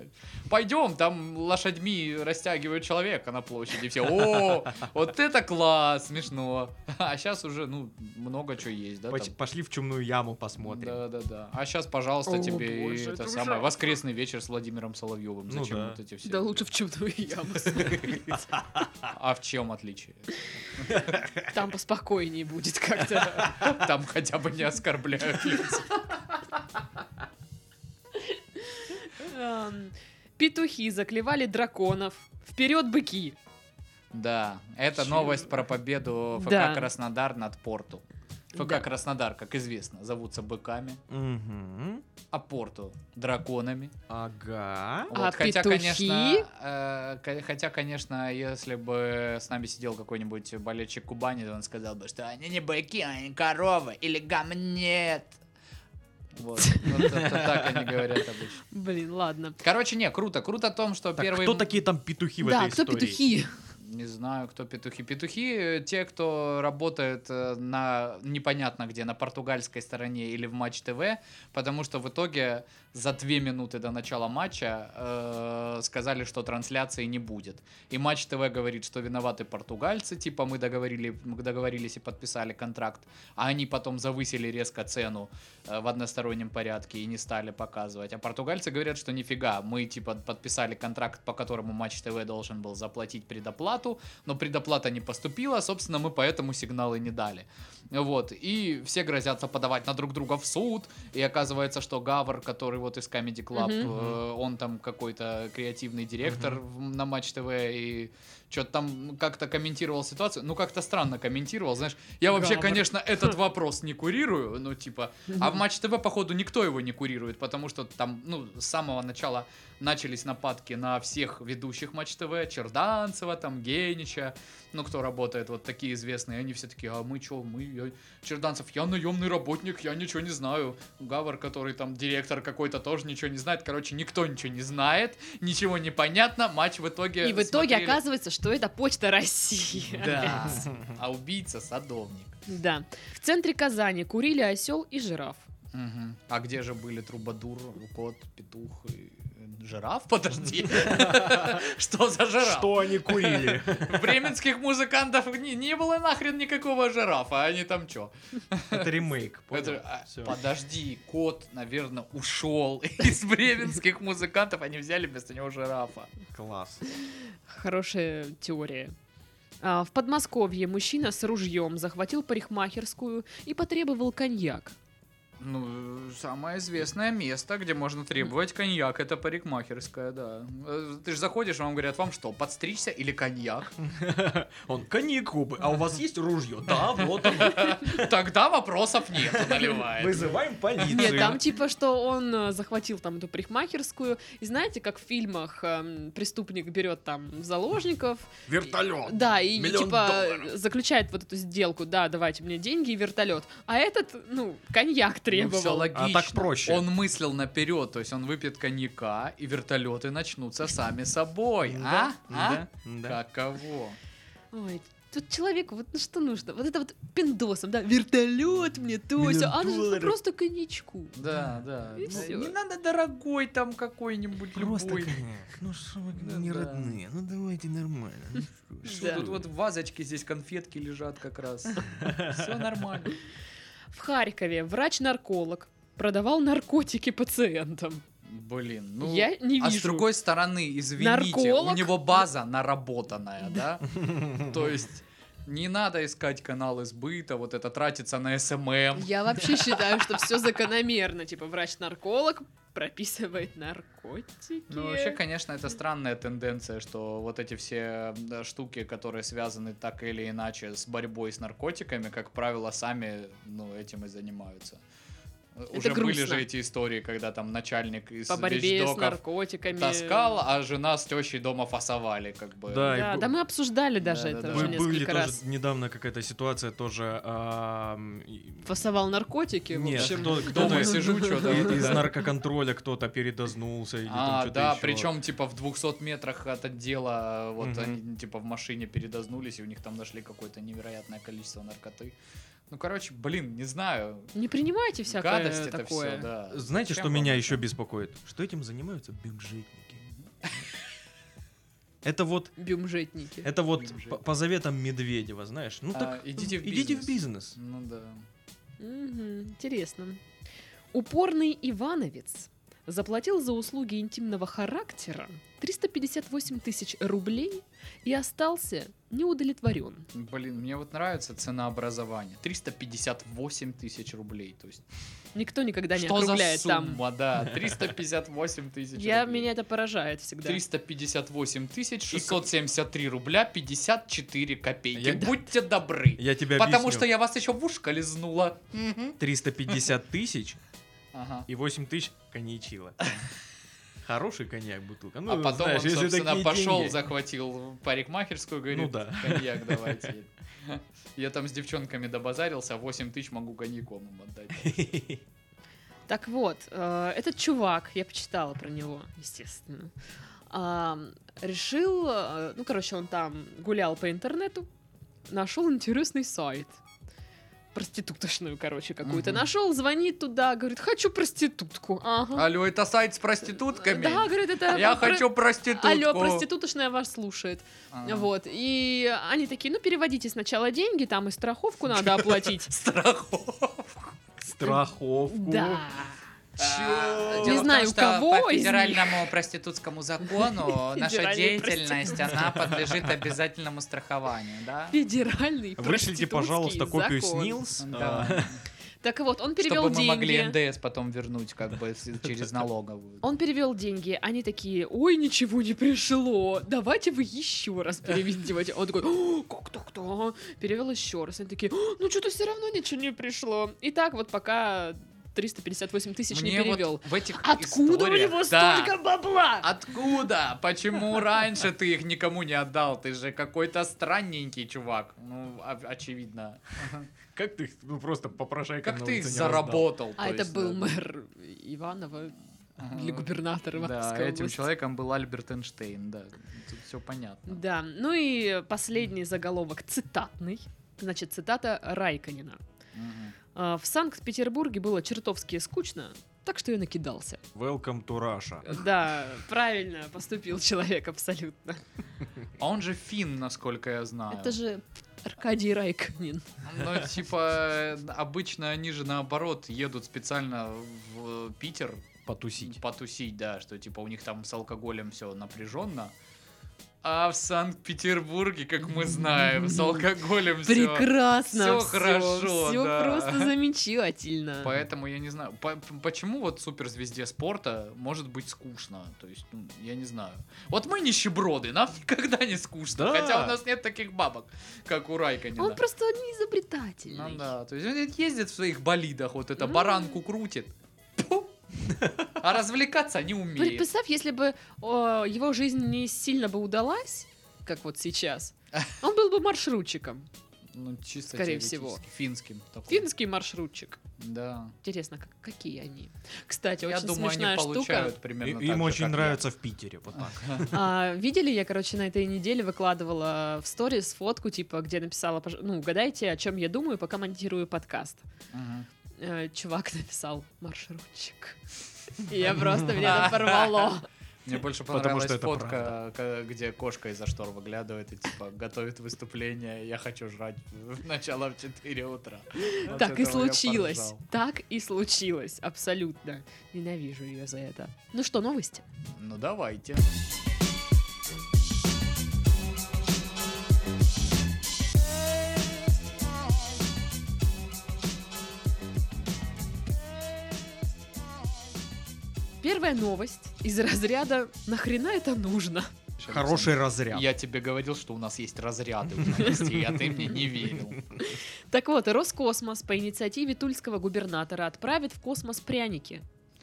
[SPEAKER 4] Пойдем, там лошадьми растягивают человека на площади. Все, о, вот это класс, смешно. А сейчас уже, ну, много чего есть, да?
[SPEAKER 3] Поч-
[SPEAKER 4] там?
[SPEAKER 3] Пошли в чумную яму посмотрим.
[SPEAKER 4] Да, да, да. А сейчас, пожалуйста,
[SPEAKER 5] О,
[SPEAKER 4] тебе и
[SPEAKER 5] боже,
[SPEAKER 4] это
[SPEAKER 5] это
[SPEAKER 4] самое
[SPEAKER 5] ужасно.
[SPEAKER 4] воскресный вечер с Владимиром Соловьевым.
[SPEAKER 3] Ну
[SPEAKER 4] Зачем
[SPEAKER 3] да.
[SPEAKER 4] вот эти все?
[SPEAKER 5] Да лучше в чудную яму.
[SPEAKER 4] А в чем отличие?
[SPEAKER 5] Там поспокойнее будет как-то.
[SPEAKER 4] Там хотя бы не оскорбляют лиц.
[SPEAKER 5] Эм, Петухи заклевали драконов. Вперед, быки!
[SPEAKER 4] Да, это
[SPEAKER 5] Чё?
[SPEAKER 4] новость про победу ФК
[SPEAKER 5] Да.
[SPEAKER 4] Краснодар над Порту. ФК
[SPEAKER 5] Да.
[SPEAKER 4] Краснодар, как известно, зовутся быками,
[SPEAKER 3] Мгм.
[SPEAKER 4] а Порту драконами.
[SPEAKER 3] Ага.
[SPEAKER 5] А
[SPEAKER 4] хотя,
[SPEAKER 5] петухи?
[SPEAKER 4] конечно, э, ко- хотя, конечно, если бы с нами сидел какой-нибудь болельщик Кубани, то он сказал бы, что они не быки, они коровы или гамнет. Вот, Вот это так они говорят обычно.
[SPEAKER 5] Блин, ладно.
[SPEAKER 4] Короче, не, круто. Круто в том, что
[SPEAKER 3] Так,
[SPEAKER 4] первый...
[SPEAKER 3] кто такие там петухи в
[SPEAKER 5] Да,
[SPEAKER 3] этой
[SPEAKER 5] кто
[SPEAKER 3] истории?
[SPEAKER 5] петухи?
[SPEAKER 4] Не знаю, кто петухи. Петухи э, те, кто работает э, на непонятно где, на португальской стороне или в Матч ТВ, потому что в итоге за две минуты до начала матча э, сказали, что трансляции не будет. И Матч ТВ говорит, что виноваты португальцы, типа мы договорили, мы договорились и подписали контракт, а они потом завысили резко цену э, в одностороннем порядке и не стали показывать. А португальцы говорят, что нифига, мы типа подписали контракт, по которому Матч ТВ должен был заплатить предоплату, но предоплата не поступила, собственно, мы поэтому сигналы не дали. Вот, и все грозятся подавать на друг друга в суд, и оказывается, что Гавр, который вот из Comedy Club,
[SPEAKER 5] Мгм.
[SPEAKER 4] э, он там какой-то креативный директор в- на Матч ТВ, и что-то там как-то комментировал ситуацию, ну как-то странно комментировал, знаешь, я вообще,
[SPEAKER 5] Гавр.
[SPEAKER 4] конечно, этот вопрос не курирую, ну типа, а в Матч ТВ, походу, никто его не курирует, потому что там, ну, с самого начала начались нападки на всех ведущих Матч ТВ, Черданцева, там, Генича, ну, кто работает, вот такие известные, они все такие, а мы чё, мы, я- Черданцев, я наемный работник, я ничего не знаю, Гавр, который там директор какой-то, тоже ничего не знает, короче, никто ничего не знает, ничего не понятно, матч в итоге...
[SPEAKER 5] И в итоге
[SPEAKER 4] смотрели-
[SPEAKER 5] оказывается, что это почта России.
[SPEAKER 4] Да, а убийца садовник.
[SPEAKER 5] Да. В центре Казани курили осел и жираф.
[SPEAKER 4] Мгм. А где же были трубадур, кот, петух и э, жираф? Подожди. Что за жираф?
[SPEAKER 3] Что они курили?
[SPEAKER 4] Бременских музыкантов не, не было нахрен никакого жирафа, а они там чё?
[SPEAKER 3] Это ремейк.
[SPEAKER 4] Это-
[SPEAKER 3] понял?
[SPEAKER 4] а,
[SPEAKER 3] Всё.
[SPEAKER 4] подожди, кот, наверное, ушел из бременских музыкантов, они взяли вместо него жирафа.
[SPEAKER 3] Класс.
[SPEAKER 5] Хорошая теория. А, В Подмосковье мужчина с ружьем захватил парикмахерскую и потребовал коньяк.
[SPEAKER 4] Ну, самое известное место, где можно требовать коньяк, это парикмахерская, да. Э, Ты же заходишь, вам говорят, вам что, подстричься или коньяк?
[SPEAKER 3] Он каникубы, а у вас есть ружье? Да, вот оно.
[SPEAKER 4] Тогда вопросов нет, наливает. Ну,
[SPEAKER 3] Вызываем
[SPEAKER 5] Нет, там
[SPEAKER 3] полицию.
[SPEAKER 5] типа, что он э, захватил там эту парикмахерскую. И знаете, как в фильмах эм, преступник берет там заложников,
[SPEAKER 3] Вертолет.
[SPEAKER 5] Да, и
[SPEAKER 3] Миллион
[SPEAKER 5] типа
[SPEAKER 3] долларов.
[SPEAKER 5] заключает вот эту сделку, да, давайте мне деньги и вертолет. А этот, ну, коньяк
[SPEAKER 4] Ну, всё
[SPEAKER 5] требовал.
[SPEAKER 4] логично.
[SPEAKER 3] А так проще.
[SPEAKER 4] Он мыслил наперед, то есть он выпьет коньяка, и вертолеты начнутся сами собой. А? А? Каково?
[SPEAKER 5] Ой, тут человеку вот ну что нужно? Вот это вот пиндосом, да, вертолет мне, то сё». а ну, просто коньячку.
[SPEAKER 4] Да, да.
[SPEAKER 5] И
[SPEAKER 4] Ну,
[SPEAKER 5] всё.
[SPEAKER 4] Не надо дорогой там какой-нибудь любой.
[SPEAKER 7] Ну что вы
[SPEAKER 4] Да,
[SPEAKER 7] не
[SPEAKER 4] да.
[SPEAKER 7] родные, ну давайте нормально. ну что вы.
[SPEAKER 4] Что Тут вот в вазочке здесь конфетки лежат как раз. Все нормально.
[SPEAKER 5] В Харькове врач-нарколог продавал наркотики пациентам.
[SPEAKER 4] Блин, ну...
[SPEAKER 5] Я не вижу.
[SPEAKER 4] А с другой стороны, извините, у
[SPEAKER 5] Нарколог?
[SPEAKER 4] него база наработанная, да? То есть не надо искать канал избыта, вот это тратиться на СММ.
[SPEAKER 5] Я вообще считаю, что все закономерно. Типа врач-нарколог прописывает наркотики.
[SPEAKER 4] Ну, вообще, конечно, это странная тенденция, что вот эти все да, штуки, которые связаны так или иначе с борьбой с наркотиками, как правило, сами ну, этим и занимаются. Уже были
[SPEAKER 5] грустно.
[SPEAKER 4] же эти истории, когда там начальник из
[SPEAKER 5] По борьбе с
[SPEAKER 4] вещдоков
[SPEAKER 5] наркотиками.
[SPEAKER 4] таскал, а жена с тещей дома фасовали, как бы.
[SPEAKER 3] Да, и
[SPEAKER 5] Да,
[SPEAKER 3] бу-
[SPEAKER 5] да, мы обсуждали даже
[SPEAKER 4] Да-да-да.
[SPEAKER 5] это
[SPEAKER 4] Мы
[SPEAKER 5] уже
[SPEAKER 3] Вы были
[SPEAKER 5] несколько
[SPEAKER 3] тоже
[SPEAKER 5] раз.
[SPEAKER 3] недавно какая-то ситуация тоже. ам, и-
[SPEAKER 5] Фасовал наркотики,
[SPEAKER 3] Нет,
[SPEAKER 5] в общем.
[SPEAKER 3] кто- кто-то
[SPEAKER 4] Дома я
[SPEAKER 3] из-
[SPEAKER 4] сижу, что-то.
[SPEAKER 3] и- из наркоконтроля кто-то передознулся или там
[SPEAKER 4] А,
[SPEAKER 3] что-то
[SPEAKER 4] да,
[SPEAKER 3] ещё.
[SPEAKER 4] причем типа в 200 метрах от отдела вот
[SPEAKER 3] Мгм.
[SPEAKER 4] они типа в машине передознулись, и у них там нашли какое-то невероятное количество наркоты. Ну, короче, блин, не знаю.
[SPEAKER 5] Не принимайте всякое
[SPEAKER 4] Гадость это
[SPEAKER 5] такое.
[SPEAKER 4] все, да.
[SPEAKER 3] Знаете,
[SPEAKER 4] Зачем
[SPEAKER 3] что
[SPEAKER 4] вам
[SPEAKER 3] меня
[SPEAKER 4] это?
[SPEAKER 3] еще беспокоит? Что этим занимаются бюджетники. Это вот,
[SPEAKER 5] Бюмжетники.
[SPEAKER 3] это вот
[SPEAKER 4] Бюджет.
[SPEAKER 3] по, по заветам Медведева, знаешь. Ну
[SPEAKER 4] А,
[SPEAKER 3] так
[SPEAKER 4] идите в
[SPEAKER 3] идите
[SPEAKER 4] бизнес.
[SPEAKER 3] в бизнес.
[SPEAKER 4] Ну да.
[SPEAKER 5] Мгм, интересно. Упорный Ивановец заплатил за услуги интимного характера 358 тысяч рублей и остался неудовлетворен.
[SPEAKER 4] Блин, мне вот нравится ценообразование. 358 тысяч рублей. То есть,
[SPEAKER 5] Никто никогда не
[SPEAKER 4] что за
[SPEAKER 5] округляет там.
[SPEAKER 4] сумма, да? 358 тысяч
[SPEAKER 5] Я,
[SPEAKER 4] рублей.
[SPEAKER 5] меня это поражает всегда.
[SPEAKER 4] 358 тысяч 673 рубля 54 копейки.
[SPEAKER 3] Я-
[SPEAKER 4] Будьте добры.
[SPEAKER 3] Я тебе
[SPEAKER 4] Потому что
[SPEAKER 3] объясню.
[SPEAKER 4] я вас еще в ушко лизнула.
[SPEAKER 3] 350 тысяч
[SPEAKER 4] Ага.
[SPEAKER 3] и 8 тысяч коньячила. Хороший коньяк бутылка. Ну,
[SPEAKER 4] а потом
[SPEAKER 3] знаешь,
[SPEAKER 4] он,
[SPEAKER 3] если
[SPEAKER 4] собственно,
[SPEAKER 3] такие
[SPEAKER 4] пошел,
[SPEAKER 3] деньги.
[SPEAKER 4] захватил парикмахерскую, говорит,
[SPEAKER 3] Ну да.
[SPEAKER 4] коньяк давайте. Я там с девчонками добазарился, 8 тысяч могу коньяком им отдать.
[SPEAKER 5] Так вот, э, этот чувак, я почитала про него, естественно, а, решил, э, ну, короче, он там гулял по интернету, нашел интересный сайт. Проституточную, короче, какую-то.
[SPEAKER 4] Мгм.
[SPEAKER 5] Нашел, звонит туда, говорит, хочу проститутку. Ага.
[SPEAKER 4] Алло, это сайт с проститутками?
[SPEAKER 5] Да, говорит, это...
[SPEAKER 4] Я
[SPEAKER 5] про-
[SPEAKER 4] хочу проститутку.
[SPEAKER 5] Алло, проституточная вас слушает.
[SPEAKER 4] Ага.
[SPEAKER 5] Вот. И они такие, ну, переводите сначала деньги, там и страховку надо оплатить.
[SPEAKER 4] Страховку.
[SPEAKER 3] страховку.
[SPEAKER 5] Да.
[SPEAKER 4] А,
[SPEAKER 5] Не
[SPEAKER 4] дело в
[SPEAKER 5] знаю,
[SPEAKER 4] том,
[SPEAKER 5] у
[SPEAKER 4] что
[SPEAKER 5] кого
[SPEAKER 4] По
[SPEAKER 5] из них.
[SPEAKER 4] федеральному проститутскому закону наша
[SPEAKER 5] Федеральный
[SPEAKER 4] деятельность, она подлежит обязательному страхованию, да?
[SPEAKER 5] Федеральный
[SPEAKER 3] Вышлите,
[SPEAKER 5] проститутский
[SPEAKER 3] пожалуйста, копию
[SPEAKER 5] закон.
[SPEAKER 3] СНИЛС.
[SPEAKER 4] Да.
[SPEAKER 3] а,
[SPEAKER 5] Так вот, он перевел
[SPEAKER 4] Чтобы мы могли
[SPEAKER 5] деньги.
[SPEAKER 4] НДС потом вернуть, как бы, с- через налоговую.
[SPEAKER 5] Он перевел деньги, они такие, ой, ничего не пришло, давайте вы еще раз переведите. Он такой, «О, как а?» так-то? Перевел еще раз. Они такие, «О, ну что-то все равно ничего не пришло. И так вот пока 358 тысяч не
[SPEAKER 4] Мне вот
[SPEAKER 5] перевел.
[SPEAKER 4] в этих
[SPEAKER 5] Откуда у
[SPEAKER 4] историях-
[SPEAKER 5] него
[SPEAKER 4] Да.
[SPEAKER 5] столько бабла?
[SPEAKER 4] Откуда? Почему раньше ты их никому не отдал? Ты же какой-то странненький чувак. Ну, о- очевидно.
[SPEAKER 3] Как ты их ну, просто попрошайкам
[SPEAKER 4] Как
[SPEAKER 3] на
[SPEAKER 4] ты их
[SPEAKER 3] улице не раздал?
[SPEAKER 4] заработал?
[SPEAKER 5] А
[SPEAKER 4] то
[SPEAKER 5] это
[SPEAKER 4] есть, э,
[SPEAKER 5] был
[SPEAKER 4] да.
[SPEAKER 5] мэр Иванова
[SPEAKER 4] Ага.
[SPEAKER 5] или губернатор
[SPEAKER 4] Да,
[SPEAKER 5] Ивановской
[SPEAKER 4] этим
[SPEAKER 5] области.
[SPEAKER 4] человеком был Альберт Эйнштейн, да. Тут все понятно.
[SPEAKER 5] Да, ну и последний заголовок цитатный. Значит, цитата Райканина.
[SPEAKER 4] Мгм.
[SPEAKER 5] А, В Санкт-Петербурге было чертовски скучно, так что я накидался.
[SPEAKER 3] Welcome to Russia.
[SPEAKER 4] Э,
[SPEAKER 5] Да, правильно поступил человек абсолютно.
[SPEAKER 4] А он же фин, насколько я знаю.
[SPEAKER 5] Это же Аркадий Райканин.
[SPEAKER 4] Ну, типа, обычно они же наоборот едут специально в э, Питер
[SPEAKER 3] Потусить.
[SPEAKER 4] потусить, да, что типа у них там с алкоголем все напряженно. А в Санкт-Петербурге, как мы знаем, с алкоголем все.
[SPEAKER 5] Прекрасно,
[SPEAKER 4] всё хорошо,
[SPEAKER 5] все
[SPEAKER 4] да.
[SPEAKER 5] просто замечательно.
[SPEAKER 4] Поэтому я не знаю, по- почему вот суперзвезде спорта может быть скучно? То есть, ну, я не знаю. Вот мы нищеброды, нам никогда не скучно.
[SPEAKER 3] Да.
[SPEAKER 4] Хотя у нас нет таких бабок, как у Райканина.
[SPEAKER 5] Он просто не изобретательный.
[SPEAKER 4] Ну да, то есть он ездит в своих болидах, вот это
[SPEAKER 5] Ну.
[SPEAKER 4] баранку крутит. Пу. А развлекаться не
[SPEAKER 5] Пред-
[SPEAKER 4] умеет.
[SPEAKER 5] Представь, если бы о, его жизнь не сильно бы удалась, как вот сейчас, он был бы маршрутчиком.
[SPEAKER 4] Ну, чисто
[SPEAKER 5] Скорее
[SPEAKER 4] теоретически. Финским. такой.
[SPEAKER 5] Финский маршрутчик.
[SPEAKER 4] Да.
[SPEAKER 5] Интересно, как- какие они? Кстати,
[SPEAKER 4] Я
[SPEAKER 5] очень
[SPEAKER 4] думаю,
[SPEAKER 5] смешная
[SPEAKER 4] они
[SPEAKER 5] штука.
[SPEAKER 4] получают примерно так
[SPEAKER 7] им
[SPEAKER 4] же,
[SPEAKER 7] очень
[SPEAKER 4] как я.
[SPEAKER 7] нравится в Питере. Вот так.
[SPEAKER 5] А, видели, я, короче, на этой неделе выкладывала в сторис фотку, типа, где написала, пож- ну, угадайте, о чем я думаю, пока монтирую подкаст.
[SPEAKER 4] Мгм.
[SPEAKER 5] Э, Чувак написал маршрутчик. И Я просто меня это порвало.
[SPEAKER 4] Мне больше
[SPEAKER 7] Потому
[SPEAKER 4] понравилась
[SPEAKER 7] что это
[SPEAKER 4] фотка, к- где кошка из-за штор выглядывает и типа готовит выступление. Я хочу жрать в начало в 4 утра. От
[SPEAKER 5] Так и
[SPEAKER 4] этого я
[SPEAKER 5] случилось.
[SPEAKER 4] поржал.
[SPEAKER 5] Так и случилось. Абсолютно. Ненавижу ее за это. Ну что, новости?
[SPEAKER 4] Ну давайте.
[SPEAKER 5] Первая новость из разряда «Нахрена это нужно?»
[SPEAKER 7] Хороший разряд.
[SPEAKER 4] Я тебе говорил, что у нас есть разряды в новостей, а ты мне не верил.
[SPEAKER 5] Так вот, Роскосмос по инициативе тульского губернатора отправит в космос пряники.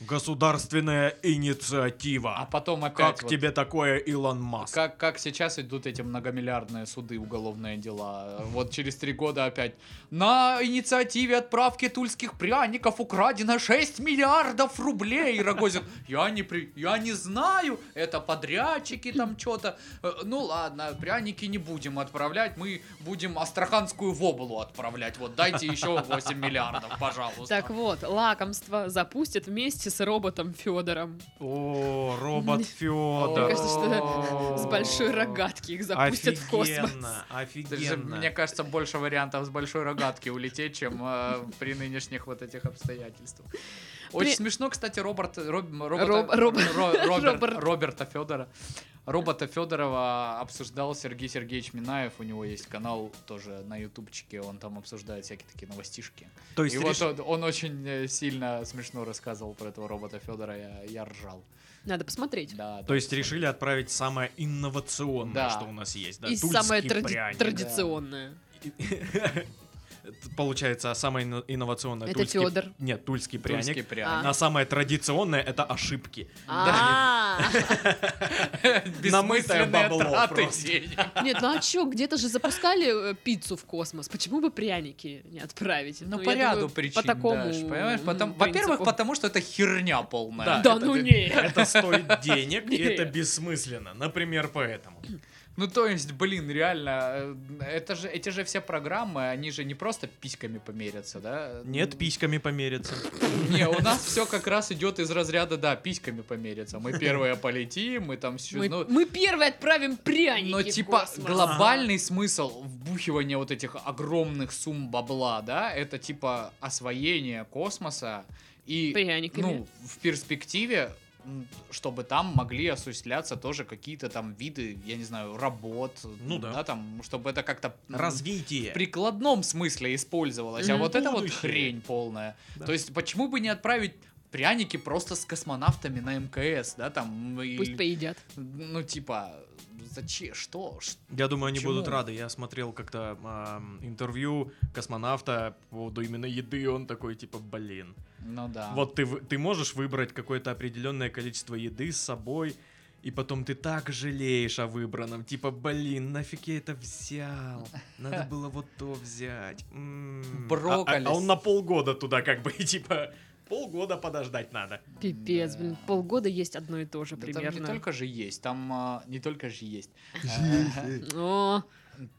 [SPEAKER 7] Государственная
[SPEAKER 4] А
[SPEAKER 7] инициатива.
[SPEAKER 4] потом А опять
[SPEAKER 7] Как
[SPEAKER 4] вот-
[SPEAKER 7] тебе такое, Илон Маск?
[SPEAKER 4] Как, как сейчас идут эти многомиллиардные суды, уголовные дела. Вот через три года опять. На инициативе отправки тульских пряников украдено 6 миллиардов рублей. Рогозин, я не, при... я не знаю, это подрядчики там что-то. Э, Ну ладно, пряники не будем отправлять, мы будем астраханскую воблу отправлять. Вот дайте еще 8 миллиардов, пожалуйста.
[SPEAKER 5] Так вот, лакомство запустят вместе с роботом Федором.
[SPEAKER 7] О, робот
[SPEAKER 5] Мне
[SPEAKER 7] Федор.
[SPEAKER 5] кажется, что С большой рогатки их запустят в космос.
[SPEAKER 7] Офигенно,
[SPEAKER 4] Это же, мне
[SPEAKER 7] офигенно.
[SPEAKER 4] кажется, больше вариантов с большой рогатки улететь, чем э, при нынешних вот этих обстоятельствах. Очень
[SPEAKER 5] При-
[SPEAKER 4] смешно, кстати, Роберт, э, Роб-
[SPEAKER 5] Роб-
[SPEAKER 4] Роберта,
[SPEAKER 5] Роб-
[SPEAKER 4] Ро- Роберт-
[SPEAKER 5] Роберт.
[SPEAKER 4] Роберта Федора. Робота Федорова обсуждал Сергей Сергеевич Минаев. У него есть канал тоже на ютубчике. Он там обсуждает всякие такие новостишки.
[SPEAKER 7] То
[SPEAKER 4] И
[SPEAKER 7] есть
[SPEAKER 4] вот
[SPEAKER 7] реш-
[SPEAKER 4] он, он очень э, сильно смешно рассказывал про этого робота Федора. Я, я ржал.
[SPEAKER 5] Надо посмотреть.
[SPEAKER 4] Да,
[SPEAKER 7] то есть решили отправить самое инновационное,
[SPEAKER 4] Да.
[SPEAKER 7] что у нас есть. да,
[SPEAKER 5] И
[SPEAKER 7] тульский
[SPEAKER 5] самое тради-
[SPEAKER 7] пряник.
[SPEAKER 5] традиционное.
[SPEAKER 7] Это, Получается, самое ино- инновационное
[SPEAKER 5] Это
[SPEAKER 7] тульский-
[SPEAKER 5] Фёдор.
[SPEAKER 7] Нет, тульский
[SPEAKER 4] Тульский
[SPEAKER 7] пряник.
[SPEAKER 4] пряник.
[SPEAKER 7] А самое традиционное это ошибки.
[SPEAKER 5] А-а-а.
[SPEAKER 4] Бессмысленные
[SPEAKER 7] бабло
[SPEAKER 4] траты
[SPEAKER 7] просто.
[SPEAKER 4] денег.
[SPEAKER 5] Нет, ну а чё, где-то же запускали э, пиццу в космос. Почему бы пряники не отправить?
[SPEAKER 4] Ну,
[SPEAKER 5] я
[SPEAKER 4] по ряду
[SPEAKER 5] думаю,
[SPEAKER 4] причин,
[SPEAKER 5] По такому,
[SPEAKER 4] Даш, понимаешь? Потом-
[SPEAKER 5] м,
[SPEAKER 4] во-первых,
[SPEAKER 5] принципу.
[SPEAKER 4] потому что это херня полная.
[SPEAKER 5] Да,
[SPEAKER 4] Это
[SPEAKER 5] ну
[SPEAKER 4] ты-
[SPEAKER 5] не.
[SPEAKER 7] Это стоит денег, и это
[SPEAKER 5] Нет.
[SPEAKER 7] бессмысленно. Например, поэтому.
[SPEAKER 4] Ну, то есть, блин, реально, э, это же, эти же все программы, они же не просто письками померятся, да?
[SPEAKER 7] Нет, письками помериться.
[SPEAKER 4] Не, у нас все как раз идет из разряда, да, письками померятся. Мы первые полетим, мы там все...
[SPEAKER 5] Мы, мы первые отправим пряники
[SPEAKER 4] Но
[SPEAKER 5] в
[SPEAKER 4] ну. типа
[SPEAKER 5] космос.
[SPEAKER 4] глобальный смысл вбухивания вот этих огромных сумм бабла, да, это типа освоение космоса и
[SPEAKER 5] Пряниками.
[SPEAKER 4] ну в перспективе м, чтобы там могли осуществляться тоже какие-то там виды, я не знаю, работ,
[SPEAKER 7] Ну да.
[SPEAKER 4] там, чтобы это как-то м, в
[SPEAKER 7] Развитие.
[SPEAKER 4] прикладном смысле использовалось, а
[SPEAKER 5] Мгм.
[SPEAKER 4] вот это вот
[SPEAKER 7] Будущее.
[SPEAKER 4] хрень полная.
[SPEAKER 7] Да.
[SPEAKER 4] То есть почему бы не отправить пряники просто с космонавтами на мкс да там и-
[SPEAKER 5] Пусть поедят.
[SPEAKER 4] ну типа зачем что Ш-
[SPEAKER 7] Я думаю, они
[SPEAKER 4] Почему?
[SPEAKER 7] будут рады. Я смотрел как-то ам, интервью космонавта по поводу именно еды. Он такой, типа, блин.
[SPEAKER 4] ну да
[SPEAKER 7] Вот ты, в- ты можешь выбрать какое-то определенное количество еды с собой, и потом ты так жалеешь о выбранном. Типа, блин, нафиг я это взял? Надо было вот то взять. М. А- а-
[SPEAKER 4] Брокколи.
[SPEAKER 7] А, он на полгода туда как бы, типа, полгода подождать надо.
[SPEAKER 5] Пипец, блин,
[SPEAKER 4] Да.
[SPEAKER 5] полгода есть одно и то же
[SPEAKER 4] Да там не
[SPEAKER 5] примерно.
[SPEAKER 4] только же есть там а, не только же есть Э,
[SPEAKER 5] О,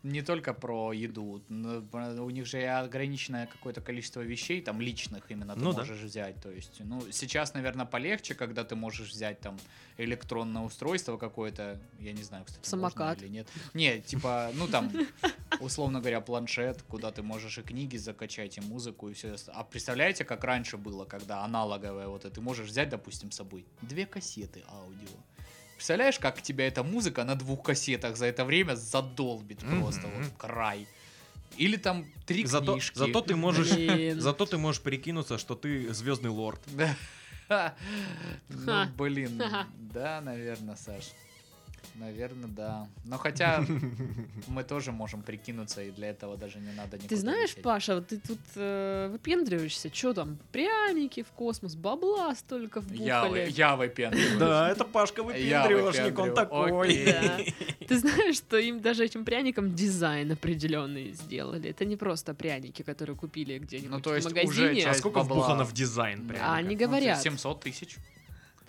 [SPEAKER 4] не только про еду. но про- У них же и ограниченное какое-то количество вещей, там личных именно ты
[SPEAKER 7] Ну да.
[SPEAKER 4] можешь взять. То есть, ну, сейчас, наверное, полегче, когда ты можешь взять там электронное устройство какое-то. Я не знаю, кстати, можно
[SPEAKER 5] Самокат.
[SPEAKER 4] или нет. Не, типа, ну там, условно говоря, планшет, куда ты можешь и книги закачать, и музыку, и все. А представляете, как раньше было, когда аналоговое вот это, ты можешь взять, допустим, с собой две кассеты аудио. Представляешь, как тебя эта музыка на двух кассетах за это время задолбит просто
[SPEAKER 7] Мгм.
[SPEAKER 4] вот в край. Или там три
[SPEAKER 7] Зато,
[SPEAKER 4] книжки.
[SPEAKER 7] зато ты можешь...
[SPEAKER 5] блин.
[SPEAKER 7] Зато ты можешь прикинуться, что ты звездный лорд.
[SPEAKER 4] Да. Ну,
[SPEAKER 5] Ха.
[SPEAKER 4] блин,
[SPEAKER 5] Ха.
[SPEAKER 4] да, наверное, Саш. Наверное, да. Но хотя мы тоже можем прикинуться, и для этого даже не надо никуда
[SPEAKER 5] Ты знаешь,
[SPEAKER 4] лететь.
[SPEAKER 5] Паша, вот ты тут э, выпендриваешься. Че там? Пряники в космос, бабла столько
[SPEAKER 4] Я, вы-
[SPEAKER 5] вбухали.
[SPEAKER 4] я выпендриваюсь.
[SPEAKER 7] Да, это Пашка выпендрешник, он
[SPEAKER 4] выпендриваю,
[SPEAKER 7] такой.
[SPEAKER 4] окей.
[SPEAKER 5] Да. Ты знаешь, что им даже этим пряникам дизайн определенный сделали. Это не просто пряники, которые купили где-нибудь
[SPEAKER 4] Ну, то есть
[SPEAKER 5] в магазине.
[SPEAKER 4] уже
[SPEAKER 7] А
[SPEAKER 4] часть
[SPEAKER 7] сколько
[SPEAKER 4] бабла.
[SPEAKER 7] вбухано в дизайн
[SPEAKER 4] Да.
[SPEAKER 7] прям?
[SPEAKER 5] А они
[SPEAKER 4] Ну, то есть
[SPEAKER 5] говорят.
[SPEAKER 4] 700 тысяч.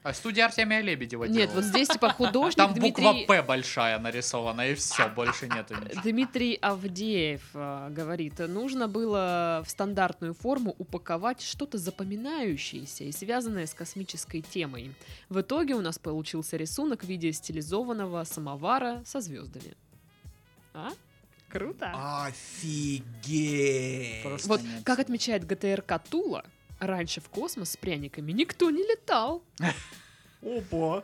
[SPEAKER 4] А студия Артемия Лебедева
[SPEAKER 5] Нет,
[SPEAKER 4] делала.
[SPEAKER 5] вот здесь типа художник
[SPEAKER 4] Там
[SPEAKER 5] Дмитрий...
[SPEAKER 4] буква П большая нарисована, и все, больше нету ничего.
[SPEAKER 5] Дмитрий Авдеев а, говорит, нужно было в стандартную форму упаковать что-то запоминающееся и связанное с космической темой. В итоге у нас получился рисунок в виде стилизованного самовара со звездами. А? Круто.
[SPEAKER 7] А, Офигеть!
[SPEAKER 4] Просто
[SPEAKER 5] вот
[SPEAKER 4] нет
[SPEAKER 5] как
[SPEAKER 4] слов.
[SPEAKER 5] отмечает ГТРК Тула, раньше в космос с пряниками никто не летал.
[SPEAKER 7] Опа!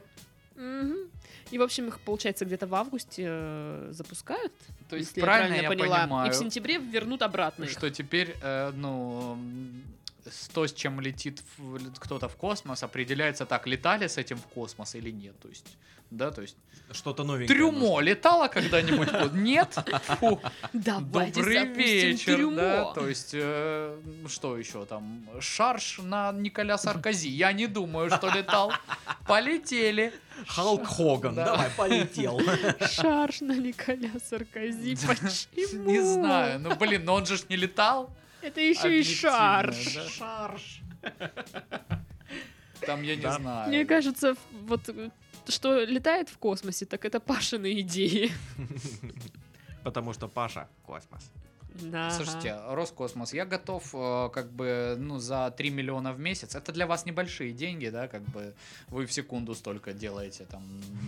[SPEAKER 5] Мгм. И, в общем, их, получается, где-то в августе э, запускают.
[SPEAKER 4] То есть
[SPEAKER 5] если я
[SPEAKER 4] правильно я
[SPEAKER 5] поняла. И
[SPEAKER 4] понимаю,
[SPEAKER 5] в сентябре вернут обратно. их.
[SPEAKER 4] Что теперь, э, ну, м, с то, с чем летит в- л- кто-то в космос, определяется так, летали с этим в космос или нет. То есть, да, то есть.
[SPEAKER 7] Что-то новенькое. нужно.
[SPEAKER 4] Трюмо летала когда-нибудь? Вот Нет? Фу,
[SPEAKER 5] Давайте
[SPEAKER 4] добрый
[SPEAKER 5] запустим
[SPEAKER 4] вечер,
[SPEAKER 5] трюмо.
[SPEAKER 4] да. То есть, э, что еще там? Шарш на Николя Саркози. Я не думаю, что летал. Полетели.
[SPEAKER 7] Халк Хоган,
[SPEAKER 4] Да.
[SPEAKER 7] давай, полетел.
[SPEAKER 5] Шарш на Николя Саркози.
[SPEAKER 4] Да.
[SPEAKER 5] Почему?
[SPEAKER 4] Не знаю. Ну, блин, но он же ж не летал.
[SPEAKER 5] Это еще и
[SPEAKER 4] Объективно,
[SPEAKER 5] шарш.
[SPEAKER 4] да.
[SPEAKER 7] Шарш.
[SPEAKER 4] Там я не
[SPEAKER 7] Да.
[SPEAKER 4] знаю.
[SPEAKER 5] Мне кажется, вот э, что летает в космосе, так это Пашины идеи.
[SPEAKER 7] Потому что Паша — космос.
[SPEAKER 5] Да.
[SPEAKER 4] Слушайте, Роскосмос, я готов э, как бы, ну, за 3 миллиона в месяц. Это для вас небольшие деньги, да, как бы вы в секунду столько делаете там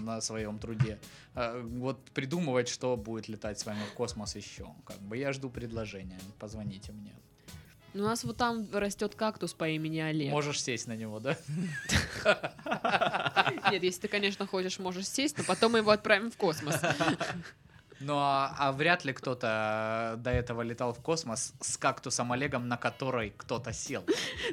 [SPEAKER 4] на своем труде. Э, вот придумывать, что будет летать с вами в космос еще. Как бы я жду предложения, позвоните мне.
[SPEAKER 5] Ну, у нас вот там растет кактус по имени Олег.
[SPEAKER 4] Можешь сесть на него, да?
[SPEAKER 5] Нет, если ты, конечно, хочешь, можешь сесть, но потом мы его отправим в космос.
[SPEAKER 4] Ну, а, а вряд ли кто-то до этого летал в космос с кактусом Олегом, на который кто-то сел.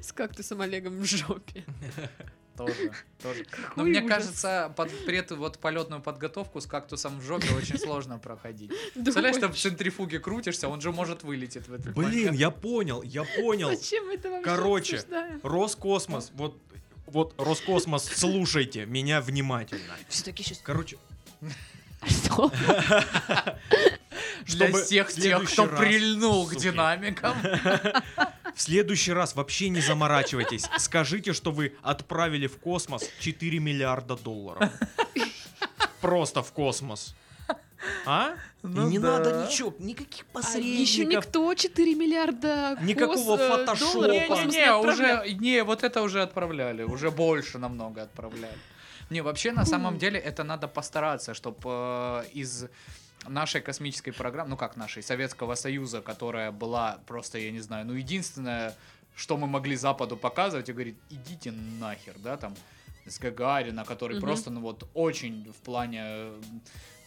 [SPEAKER 5] С кактусом Олегом в жопе.
[SPEAKER 4] Тоже, тоже. Но
[SPEAKER 5] Какой
[SPEAKER 4] мне
[SPEAKER 5] ужас.
[SPEAKER 4] кажется, под, при эту вот полетную подготовку с кактусом в жопе очень сложно проходить. Представляешь,
[SPEAKER 5] Думаю,
[SPEAKER 4] там в центрифуге крутишься, он же может вылетит в этот
[SPEAKER 7] Блин,
[SPEAKER 4] момент.
[SPEAKER 7] я понял, я понял.
[SPEAKER 5] Зачем это вообще
[SPEAKER 7] Короче.
[SPEAKER 5] обсуждаем?
[SPEAKER 7] Роскосмос, вот, вот Роскосмос, слушайте меня внимательно.
[SPEAKER 2] Все-таки сейчас...
[SPEAKER 7] Короче,
[SPEAKER 2] Что?
[SPEAKER 4] Для
[SPEAKER 7] чтобы
[SPEAKER 4] всех
[SPEAKER 7] в
[SPEAKER 4] тех,
[SPEAKER 7] следующий
[SPEAKER 4] кто
[SPEAKER 7] раз,
[SPEAKER 4] прильнул к
[SPEAKER 7] суки.
[SPEAKER 4] динамикам.
[SPEAKER 7] В следующий раз вообще не заморачивайтесь. Скажите, что вы отправили в космос 4 миллиарда долларов. Просто в космос. А? И
[SPEAKER 4] Ну
[SPEAKER 7] не
[SPEAKER 4] да.
[SPEAKER 7] надо ничего, никаких
[SPEAKER 1] А
[SPEAKER 5] Еще
[SPEAKER 7] посредников.
[SPEAKER 5] никто 4 миллиарда кос-
[SPEAKER 7] Никакого
[SPEAKER 5] э, долларов
[SPEAKER 7] фотошопа.
[SPEAKER 5] в космос не
[SPEAKER 4] Не-не-не,
[SPEAKER 5] отправлял.
[SPEAKER 4] уже, не, вот это уже отправляли, уже больше намного отправляли. Не, вообще, на самом деле, это надо постараться, чтобы из нашей космической программы, ну как нашей, Советского Союза, которая была просто, я не знаю, ну единственное, что мы могли Западу показывать и говорить, идите нахер, да, там, с Гагарина, который
[SPEAKER 5] Мгм.
[SPEAKER 4] просто, ну вот, очень в плане, э,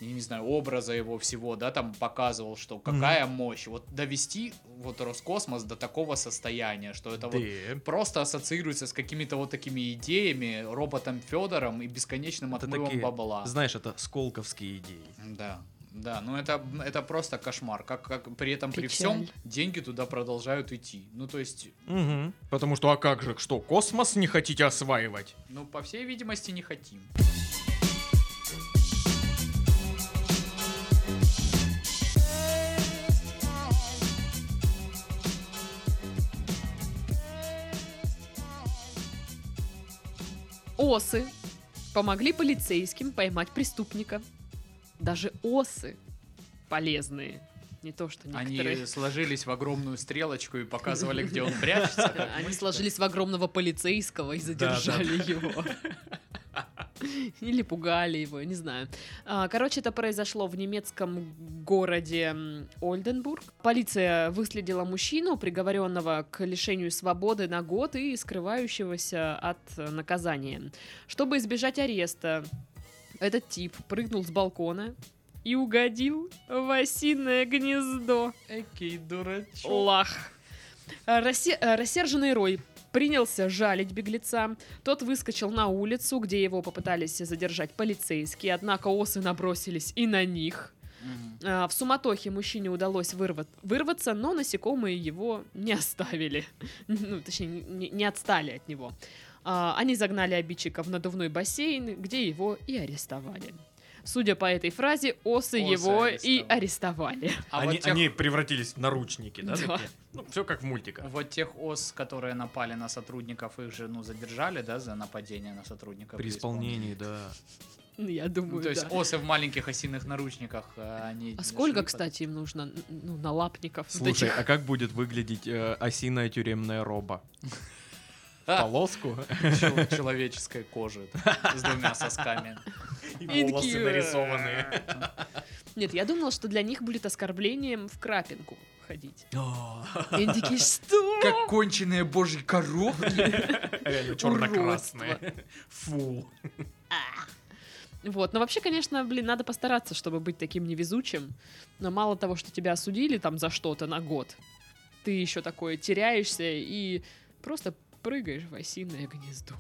[SPEAKER 4] я не знаю, образа его всего, да, там показывал, что какая мощь. Вот довести вот Роскосмос до такого состояния, что это вот просто ассоциируется с какими-то вот такими идеями, роботом Федором и бесконечным
[SPEAKER 7] Это
[SPEAKER 4] отмывом
[SPEAKER 7] такие,
[SPEAKER 4] бабла.
[SPEAKER 7] Знаешь, это сколковские идеи.
[SPEAKER 4] Да, да, ну это, это просто кошмар. Как, как при этом при
[SPEAKER 5] Печаль.
[SPEAKER 4] всем деньги туда продолжают идти. Ну то есть,
[SPEAKER 7] Мгм. Потому что, а как же, что, космос не хотите осваивать?
[SPEAKER 4] ну по всей видимости не хотим.
[SPEAKER 5] Осы помогли полицейским поймать преступника. Даже осы полезные. Не то, что некоторые.
[SPEAKER 4] Они сложились в огромную стрелочку и показывали, где он прячется.
[SPEAKER 5] Да,
[SPEAKER 4] так
[SPEAKER 5] Они
[SPEAKER 4] мы-
[SPEAKER 5] сложились в огромного полицейского и задержали его. Или пугали его, не знаю. А, Короче, это произошло в немецком городе м, Ольденбург. Полиция выследила мужчину, приговоренного к лишению свободы на год и скрывающегося от э, наказания. Чтобы избежать ареста, этот тип прыгнул с балкона и угодил в осиное гнездо.
[SPEAKER 4] Экий дурачок.
[SPEAKER 5] Лах. А, рассе- а, Рассерженный Рой принялся жалить беглеца. Тот выскочил на улицу, где его попытались задержать полицейские, однако осы набросились и на них.
[SPEAKER 4] Мгм.
[SPEAKER 5] А, В суматохе мужчине удалось вырва- вырваться, но насекомые его не оставили. Ну, точнее, не, не отстали от него. А, Они загнали обидчика в надувной бассейн, где его и арестовали. Судя по этой фразе,
[SPEAKER 4] Осы
[SPEAKER 5] осы, его и
[SPEAKER 4] арестовали.
[SPEAKER 5] арестовали.
[SPEAKER 4] А
[SPEAKER 7] они,
[SPEAKER 4] вот тех-
[SPEAKER 7] они превратились в наручники, да?
[SPEAKER 5] Да.
[SPEAKER 7] такие? Ну, все как в мультиках.
[SPEAKER 4] Вот тех ос, которые напали на сотрудников, их же, ну, задержали, да, за нападение на сотрудников.
[SPEAKER 7] При исполнении, да.
[SPEAKER 5] Я
[SPEAKER 4] Ну,
[SPEAKER 5] думаю,
[SPEAKER 4] то есть
[SPEAKER 5] да.
[SPEAKER 4] осы в маленьких осиных наручниках, э, они...
[SPEAKER 5] А сколько,
[SPEAKER 4] шли под-
[SPEAKER 5] кстати, им нужно н- ну, налапников?
[SPEAKER 7] Слушай,
[SPEAKER 5] Да
[SPEAKER 7] а как будет выглядеть э, осиная тюремная роба?
[SPEAKER 4] А.
[SPEAKER 7] Полоску?
[SPEAKER 4] Чел- человеческой кожи там, с двумя сосками.
[SPEAKER 5] И волосы такие,
[SPEAKER 7] нарисованные.
[SPEAKER 5] чё- Нет, я думала, что для них будет оскорблением в крапинку ходить. И они такие, что?
[SPEAKER 4] Как конченые божьи коровки.
[SPEAKER 7] Реально черно-красные. Фу.
[SPEAKER 5] Вот, но вообще, конечно, блин, надо постараться, чтобы быть таким невезучим. Но мало того, что тебя осудили там за что-то на год, ты еще такое теряешься и просто прыгаешь в осиное гнездо.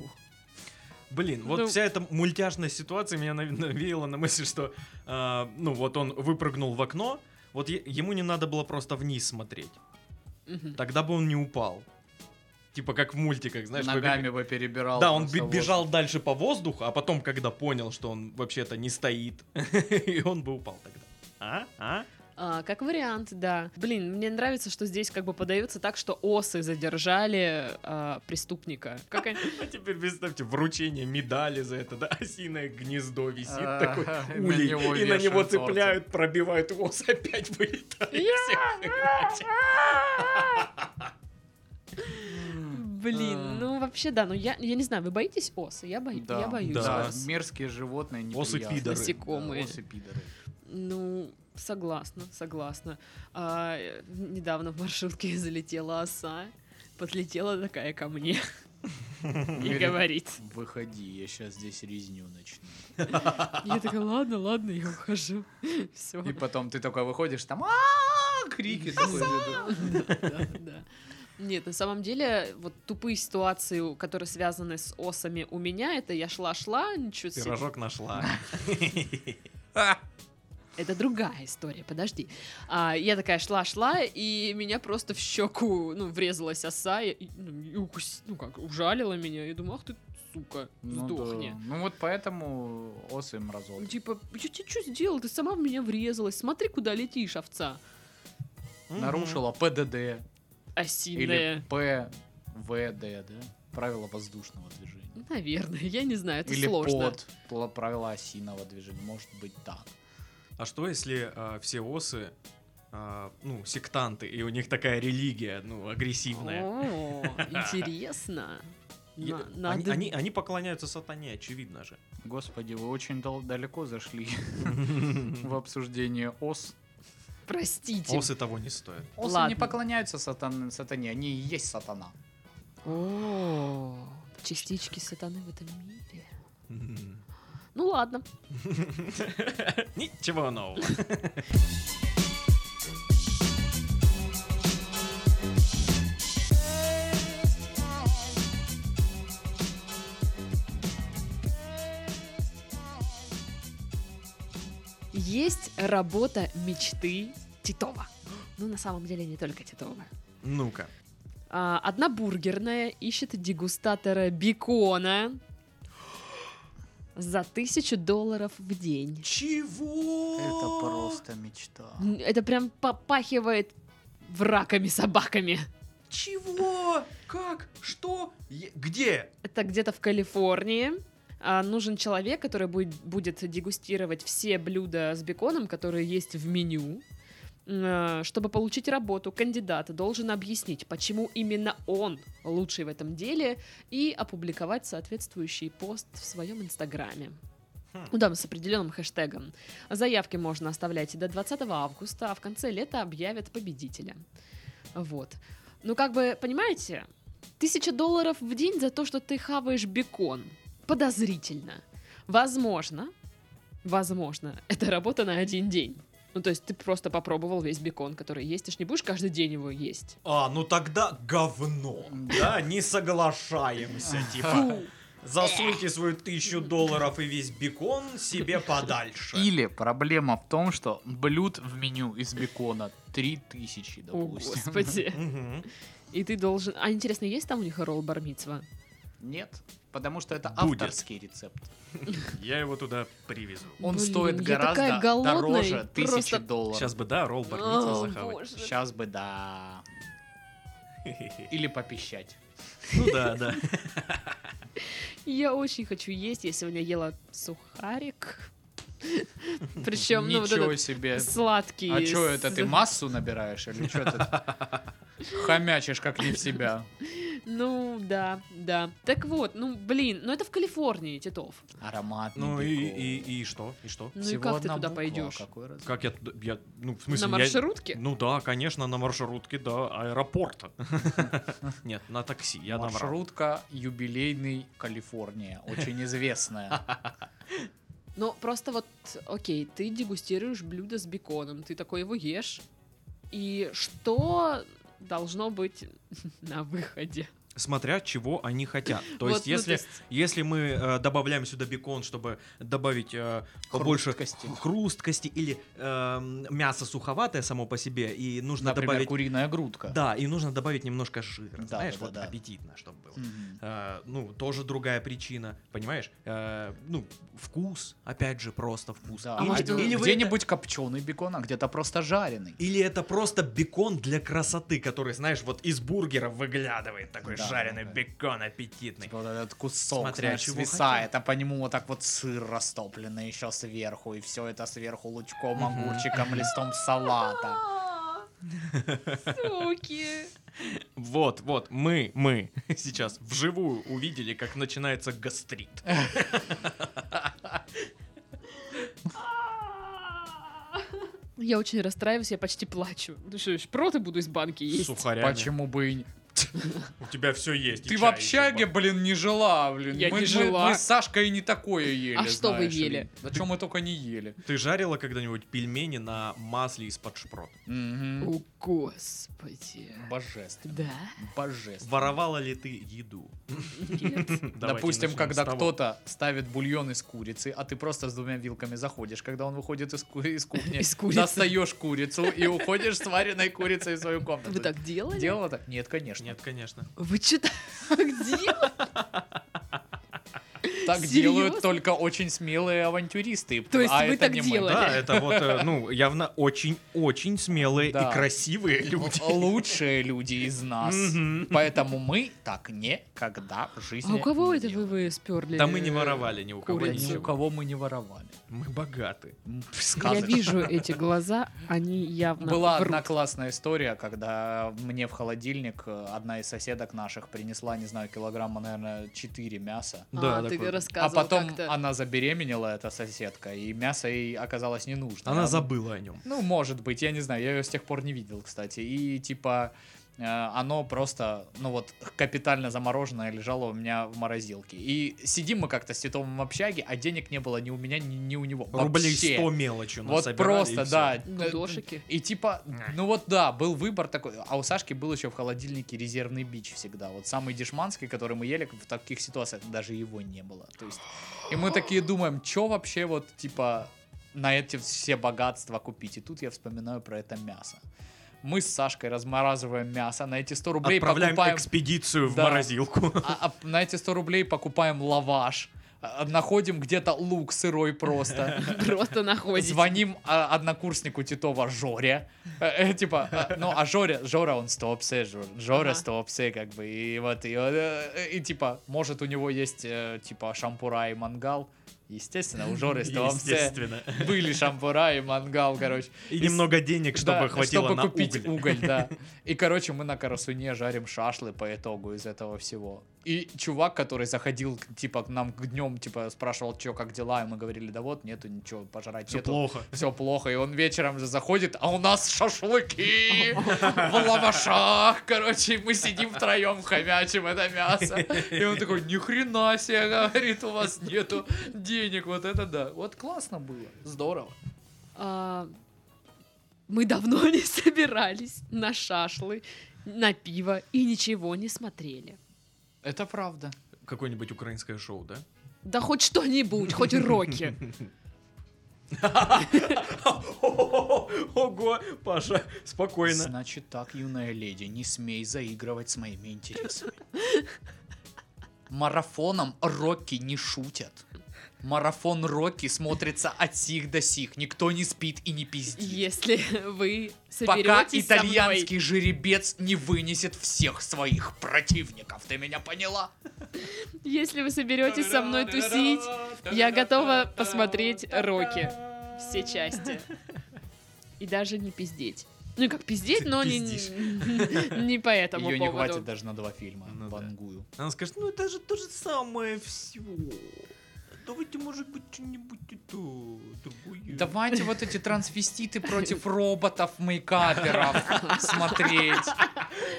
[SPEAKER 7] Блин, вот
[SPEAKER 5] Ну-
[SPEAKER 7] вся эта мультяшная ситуация меня нав- навеяла на мысль, что, а, ну вот он выпрыгнул в окно, вот е- ему не надо было просто вниз смотреть,
[SPEAKER 5] Мгм.
[SPEAKER 7] тогда бы он не упал. Типа как в мультиках, знаешь, когда-
[SPEAKER 4] Ногами бы перебирал.
[SPEAKER 7] Да, он
[SPEAKER 4] просто
[SPEAKER 7] бе-
[SPEAKER 4] вот.
[SPEAKER 7] бежал дальше по воздуху, а потом, когда понял, что он вообще-то не стоит, и он бы упал тогда. А? А?
[SPEAKER 5] А, как вариант, да. Блин, мне нравится, что здесь как бы подается так, что осы задержали а, преступника. Как они...
[SPEAKER 7] А теперь представьте, вручение медали за это, да, осиное гнездо висит
[SPEAKER 4] А,
[SPEAKER 7] такой,
[SPEAKER 4] и на
[SPEAKER 7] улей,
[SPEAKER 4] него
[SPEAKER 7] и на него
[SPEAKER 4] вешают
[SPEAKER 7] цепляют, пробивают, ос опять вылетает. всех.
[SPEAKER 5] Блин, ну вообще да, ну я, я не знаю, вы боитесь ос? Я, бою-
[SPEAKER 4] Э. Да,
[SPEAKER 5] я боюсь
[SPEAKER 7] да.
[SPEAKER 5] ос.
[SPEAKER 4] мерзкие животные
[SPEAKER 7] Осы
[SPEAKER 4] неприятные.
[SPEAKER 7] пидоры.
[SPEAKER 5] Насекомые.
[SPEAKER 4] Да, осы пидоры.
[SPEAKER 5] Ну, согласна, согласна. А, э, недавно в маршрутке залетела оса, подлетела такая ко мне и
[SPEAKER 4] Говорит,
[SPEAKER 5] говорит.
[SPEAKER 4] Выходи, я сейчас здесь резню начну.
[SPEAKER 5] Я такая, ладно, ладно, я ухожу. Все.
[SPEAKER 4] И потом ты такой выходишь, там «А-а-а!» крики такой.
[SPEAKER 5] Да, да. Нет, на самом деле, вот тупые ситуации, у- которые связаны с осами у меня, это я шла-шла, ничего себе.
[SPEAKER 7] Пирожок нашла.
[SPEAKER 5] Это другая история, подожди. А, я такая шла-шла, и меня просто в щеку, ну, врезалась оса, и, и, ну, и укус- ну, как, ужалила меня. Я думаю, ах ты, сука,
[SPEAKER 4] Ну
[SPEAKER 5] сдохни.
[SPEAKER 4] да. Ну вот поэтому осы им разол.
[SPEAKER 5] Ну, Типа, я тебе что сделал? Ты сама в меня врезалась. Смотри, куда летишь, овца.
[SPEAKER 4] Нарушила ПДД или
[SPEAKER 5] Осиная.
[SPEAKER 4] ПВД, да? Правила воздушного движения.
[SPEAKER 5] Наверное, я не знаю, это
[SPEAKER 4] Или
[SPEAKER 5] сложно.
[SPEAKER 4] под пла- правила осиного движения. Может быть так.
[SPEAKER 7] А что если а, все осы, а, ну, сектанты, и у них такая религия, ну, агрессивная?
[SPEAKER 5] О, интересно.
[SPEAKER 7] Я-
[SPEAKER 5] На-
[SPEAKER 7] они-
[SPEAKER 5] надо-
[SPEAKER 7] они, они поклоняются сатане, очевидно же.
[SPEAKER 4] Господи, вы очень дал- далеко зашли в обсуждение ос.
[SPEAKER 5] Простите.
[SPEAKER 7] Осы того не стоят.
[SPEAKER 4] Осы не
[SPEAKER 5] Ладно.
[SPEAKER 4] поклоняются сатан- сатане, они и есть сатана.
[SPEAKER 5] О, Частички сатаны в этом мире.
[SPEAKER 7] Мгм.
[SPEAKER 5] Ну ладно.
[SPEAKER 7] Ничего нового.
[SPEAKER 5] Есть работа мечты Титова. Ну, на самом деле, не только Титова.
[SPEAKER 7] Ну-ка.
[SPEAKER 5] А, Одна бургерная ищет дегустатора бекона за тысячу долларов в день.
[SPEAKER 7] Чего?
[SPEAKER 6] Это просто мечта.
[SPEAKER 5] М, Это прям попахивает враками собаками.
[SPEAKER 7] Чего? Как? Что? Е- Где?
[SPEAKER 5] Это где-то в Калифорнии. А, нужен человек, который будет, будет дегустировать все блюда с беконом, которые есть в меню. М, э, Чтобы получить работу, кандидат должен объяснить, почему именно он лучший в этом деле, и опубликовать соответствующий пост в своем инстаграме.
[SPEAKER 7] Хм.
[SPEAKER 5] Ну да, с определенным хэштегом. Заявки можно оставлять до 20 августа, а в конце лета объявят победителя. Вот. Ну как бы, понимаете, Тысяча долларов в день за то, что ты хаваешь бекон. Подозрительно. Возможно, возможно, это работа на один день. Ну, то есть ты просто попробовал весь бекон, который есть, ты ж не будешь каждый день его есть.
[SPEAKER 7] А, ну тогда говно. Да, не соглашаемся,
[SPEAKER 4] А,
[SPEAKER 7] типа.
[SPEAKER 5] Фу.
[SPEAKER 7] Засуньте свою тысячу долларов и весь бекон себе подальше.
[SPEAKER 4] Или проблема в том, что блюд в меню из бекона 3000,
[SPEAKER 5] О,
[SPEAKER 4] допустим.
[SPEAKER 5] господи.
[SPEAKER 7] Мгм.
[SPEAKER 5] И ты должен... А интересно, есть там у них ролл бармитсва?
[SPEAKER 6] Нет, потому что это
[SPEAKER 7] Будет.
[SPEAKER 6] авторский рецепт.
[SPEAKER 7] Я его туда привезу.
[SPEAKER 4] Он
[SPEAKER 5] Блин,
[SPEAKER 4] стоит
[SPEAKER 5] я
[SPEAKER 4] гораздо
[SPEAKER 5] такая голодная и
[SPEAKER 4] дороже тысячи
[SPEAKER 5] просто-
[SPEAKER 4] долларов.
[SPEAKER 7] Сейчас бы, да, ролл бармицу захавать.
[SPEAKER 6] Сейчас бы да.
[SPEAKER 4] Или попищать.
[SPEAKER 7] Ну да, да.
[SPEAKER 5] Я очень хочу есть. Я сегодня ела сухарик. Причем, ну, вот
[SPEAKER 4] Ничего
[SPEAKER 5] этот
[SPEAKER 4] себе.
[SPEAKER 5] сладкий.
[SPEAKER 4] А что это,
[SPEAKER 5] с-
[SPEAKER 4] ты массу набираешь или что ты хомячишь как не в себя?
[SPEAKER 5] Ну, да, да. Так вот, ну, блин, ну это в Калифорнии, Титов.
[SPEAKER 6] Ароматный
[SPEAKER 7] Ну и,
[SPEAKER 6] бекон.
[SPEAKER 7] и, и что? И что?
[SPEAKER 5] Ну и
[SPEAKER 4] Всего
[SPEAKER 5] как ты
[SPEAKER 4] одна
[SPEAKER 5] туда
[SPEAKER 4] буква, а
[SPEAKER 5] пойдешь?
[SPEAKER 4] какой раз?
[SPEAKER 7] Как я, туда- я ну, в
[SPEAKER 5] На
[SPEAKER 7] смысле, я-
[SPEAKER 5] маршрутке?
[SPEAKER 7] Ну да, конечно, на маршрутке до аэропорта. Нет, на такси, я набрал.
[SPEAKER 4] Маршрутка юбилейный Калифорния, очень известная.
[SPEAKER 5] Но просто вот, окей, ты дегустируешь блюдо с беконом, ты такой его ешь. И что должно быть на выходе?
[SPEAKER 7] Смотря чего они хотят. То
[SPEAKER 5] Вот,
[SPEAKER 7] есть,
[SPEAKER 5] ну,
[SPEAKER 7] если, если мы э, добавляем сюда бекон, чтобы добавить э, побольше
[SPEAKER 4] Хрусткости.
[SPEAKER 7] хрусткости или эм, мясо суховатое само по себе, и нужно
[SPEAKER 4] Например,
[SPEAKER 7] добавить...
[SPEAKER 4] куриная грудка.
[SPEAKER 7] Да, и нужно добавить немножко жира,
[SPEAKER 4] Да,
[SPEAKER 7] знаешь,
[SPEAKER 4] да, да,
[SPEAKER 7] вот
[SPEAKER 4] да.
[SPEAKER 7] аппетитно, чтобы было.
[SPEAKER 4] Мгм.
[SPEAKER 7] Э, ну, тоже другая причина, понимаешь? Э, ну, вкус, опять же, просто вкус.
[SPEAKER 4] Да.
[SPEAKER 5] А
[SPEAKER 4] Или-
[SPEAKER 5] может,
[SPEAKER 4] или
[SPEAKER 7] или вы-
[SPEAKER 4] где-нибудь копченый бекон, а где-то просто жареный.
[SPEAKER 7] Или это просто бекон для красоты, который, знаешь, вот из бургера выглядывает такой
[SPEAKER 4] Да,
[SPEAKER 7] жареный
[SPEAKER 4] да.
[SPEAKER 7] бекон аппетитный.
[SPEAKER 4] Типа вот этот кусок,
[SPEAKER 7] Смотря
[SPEAKER 4] знаешь,
[SPEAKER 7] чего
[SPEAKER 4] свисает, а по нему вот так вот сыр растопленный еще сверху, и все это сверху лучком, огурчиком, листом салата.
[SPEAKER 5] Суки!
[SPEAKER 7] Вот, вот, мы, мы сейчас вживую увидели, как начинается гастрит.
[SPEAKER 5] Я очень расстраиваюсь, я почти плачу. Ну что, ж, проты буду из банки есть.
[SPEAKER 7] Сухарями.
[SPEAKER 4] Почему бы и не?
[SPEAKER 7] У тебя все есть. и
[SPEAKER 4] Ты в
[SPEAKER 7] чай
[SPEAKER 4] общаге,
[SPEAKER 7] еще,
[SPEAKER 4] блин, не жила, блин.
[SPEAKER 5] Я
[SPEAKER 4] мы,
[SPEAKER 5] не
[SPEAKER 4] мы-
[SPEAKER 5] жила.
[SPEAKER 4] мы с Сашкой и не такое ели.
[SPEAKER 5] А что вы
[SPEAKER 4] знаешь
[SPEAKER 5] ели?
[SPEAKER 4] ли. Да чем мы только не ели.
[SPEAKER 7] ба- Ты жарила когда-нибудь пельмени на масле из-под шпрот?
[SPEAKER 4] Мгм.
[SPEAKER 5] О, господи.
[SPEAKER 4] Божественно.
[SPEAKER 5] Да?
[SPEAKER 4] Божественно.
[SPEAKER 7] Воровала ли ты еду?
[SPEAKER 5] Нет.
[SPEAKER 7] Давайте
[SPEAKER 4] Допустим,
[SPEAKER 7] начнем
[SPEAKER 4] когда
[SPEAKER 7] с того.
[SPEAKER 4] кто-то ставит бульон из курицы, а ты просто с двумя вилками заходишь, когда он выходит из, ку- из кухни,
[SPEAKER 5] Из курицы.
[SPEAKER 4] достаешь курицу и уходишь с вареной курицей в свою комнату.
[SPEAKER 5] Вы так делали?
[SPEAKER 4] делала так? Нет, конечно.
[SPEAKER 7] Нет, конечно.
[SPEAKER 5] Вы что так делали?
[SPEAKER 4] Так
[SPEAKER 5] Серьёзно?
[SPEAKER 4] делают только очень смелые авантюристы.
[SPEAKER 5] То есть
[SPEAKER 4] а
[SPEAKER 5] вы
[SPEAKER 4] это
[SPEAKER 5] так
[SPEAKER 4] не мы.
[SPEAKER 5] делали?
[SPEAKER 7] Да, это вот, э, ну, явно очень-очень смелые
[SPEAKER 4] Да. Ну,
[SPEAKER 7] и красивые люди.
[SPEAKER 4] Л- Лучшие люди из нас.
[SPEAKER 7] Мгм.
[SPEAKER 4] Поэтому мы так никогда в жизни
[SPEAKER 5] А у кого
[SPEAKER 4] не
[SPEAKER 5] это вы,
[SPEAKER 4] делаем.
[SPEAKER 5] вы сперли?
[SPEAKER 7] Да мы не воровали ни у кого.
[SPEAKER 4] Да
[SPEAKER 5] Курицу.
[SPEAKER 4] ни у
[SPEAKER 7] ничего.
[SPEAKER 4] кого мы не воровали.
[SPEAKER 7] Мы богаты.
[SPEAKER 4] М,
[SPEAKER 5] Я
[SPEAKER 4] сказочно.
[SPEAKER 5] вижу эти глаза, они явно
[SPEAKER 4] Была
[SPEAKER 5] врут.
[SPEAKER 4] одна классная история, когда мне в холодильник э, одна из соседок наших принесла, не знаю, килограмма, наверное, 4 мяса.
[SPEAKER 7] Да,
[SPEAKER 5] а, ты
[SPEAKER 7] такой.
[SPEAKER 4] А
[SPEAKER 5] рассказывал
[SPEAKER 4] потом
[SPEAKER 5] как-то.
[SPEAKER 4] она забеременела, эта соседка, и мясо ей оказалось не нужно.
[SPEAKER 7] Она забыла о нем.
[SPEAKER 4] Ну, может быть, я не знаю, я ее с тех пор не видел, кстати. И типа э, оно просто, ну вот, капитально замороженное лежало у меня в морозилке. И сидим мы как-то с Титовым в общаге, а денег не было ни у меня, ни, ни у него.
[SPEAKER 7] Рублей
[SPEAKER 4] Вообще.
[SPEAKER 7] 100 мелочи
[SPEAKER 4] Вот просто, да.
[SPEAKER 5] Ну, дошики.
[SPEAKER 4] И типа, ну вот да, был выбор такой. А у Сашки был еще в холодильнике резервный бич всегда. Вот самый дешманский, который мы ели в таких ситуациях, даже его не было. То есть, и мы такие думаем, что вообще вот, типа, на эти все богатства купить. И тут я вспоминаю про это мясо. Мы с Сашкой размораживаем мясо, на эти 100 рублей
[SPEAKER 7] Отправляем
[SPEAKER 4] покупаем...
[SPEAKER 7] экспедицию в
[SPEAKER 4] Да.
[SPEAKER 7] морозилку.
[SPEAKER 4] А- а на эти 100 рублей покупаем лаваш, а, находим где-то лук сырой просто,
[SPEAKER 5] Просто находите.
[SPEAKER 4] звоним а, однокурснику Титова Жоре, Э, э, типа, а, ну, а Жоре, Жора, он стопсе, Жор- Жора
[SPEAKER 5] Ага.
[SPEAKER 4] стопсе, как бы, и вот, и, он, э, и, типа, может, у него есть, э, типа, шампура и мангал, естественно, у Жоры стопсе
[SPEAKER 7] Естественно.
[SPEAKER 4] были шампура и мангал, короче.
[SPEAKER 7] И
[SPEAKER 4] Из-
[SPEAKER 7] немного денег, чтобы
[SPEAKER 4] Да,
[SPEAKER 7] хватило
[SPEAKER 4] чтобы
[SPEAKER 7] на
[SPEAKER 4] купить
[SPEAKER 7] уголь.
[SPEAKER 4] да. И, короче, мы на Карасуне жарим шашлы по итогу из этого всего. И чувак, который заходил, к- типа, к нам днем, типа, спрашивал, что, как дела, и мы говорили, да вот, нету ничего, пожрать
[SPEAKER 7] Все
[SPEAKER 4] нету.
[SPEAKER 7] плохо.
[SPEAKER 4] Все плохо, и он вечером же заходит, а у нас шашлыки в лавашах, короче, и мы сидим втроем хомячим это мясо. И он такой, ни хрена себе, говорит, у вас нету денег, вот это да. Вот классно было, здорово.
[SPEAKER 5] А, мы давно не собирались на шашлы, на пиво и ничего не смотрели.
[SPEAKER 4] Это правда.
[SPEAKER 7] Какое-нибудь украинское шоу, да?
[SPEAKER 5] Да хоть что-нибудь, хоть роки.
[SPEAKER 7] Ого, Паша, спокойно.
[SPEAKER 6] Значит так, юная леди, не смей заигрывать с моими интересами.
[SPEAKER 4] Марафоном Рокки не шутят. Марафон Рокки смотрится от сих до сих. Никто не спит и не пиздит.
[SPEAKER 5] Если вы
[SPEAKER 4] Пока
[SPEAKER 5] соберетесь со мной.
[SPEAKER 4] итальянский жеребец не вынесет всех своих противников. Ты меня поняла?
[SPEAKER 5] Если вы соберетесь со мной тусить, я готова посмотреть Рокки. Все части. И даже не пиздеть. Ну, как пиздеть,
[SPEAKER 7] Ты
[SPEAKER 5] но не,
[SPEAKER 7] пиздишь.
[SPEAKER 5] не по этому
[SPEAKER 4] Ее не
[SPEAKER 5] поводу.
[SPEAKER 4] хватит даже на два фильма.
[SPEAKER 7] Ну да.
[SPEAKER 4] Вангую.
[SPEAKER 7] Она скажет, ну это же то же самое все. Давайте, может быть, что-нибудь это, другое.
[SPEAKER 4] Давайте вот эти трансвеститы против роботов, мейкаперов смотреть.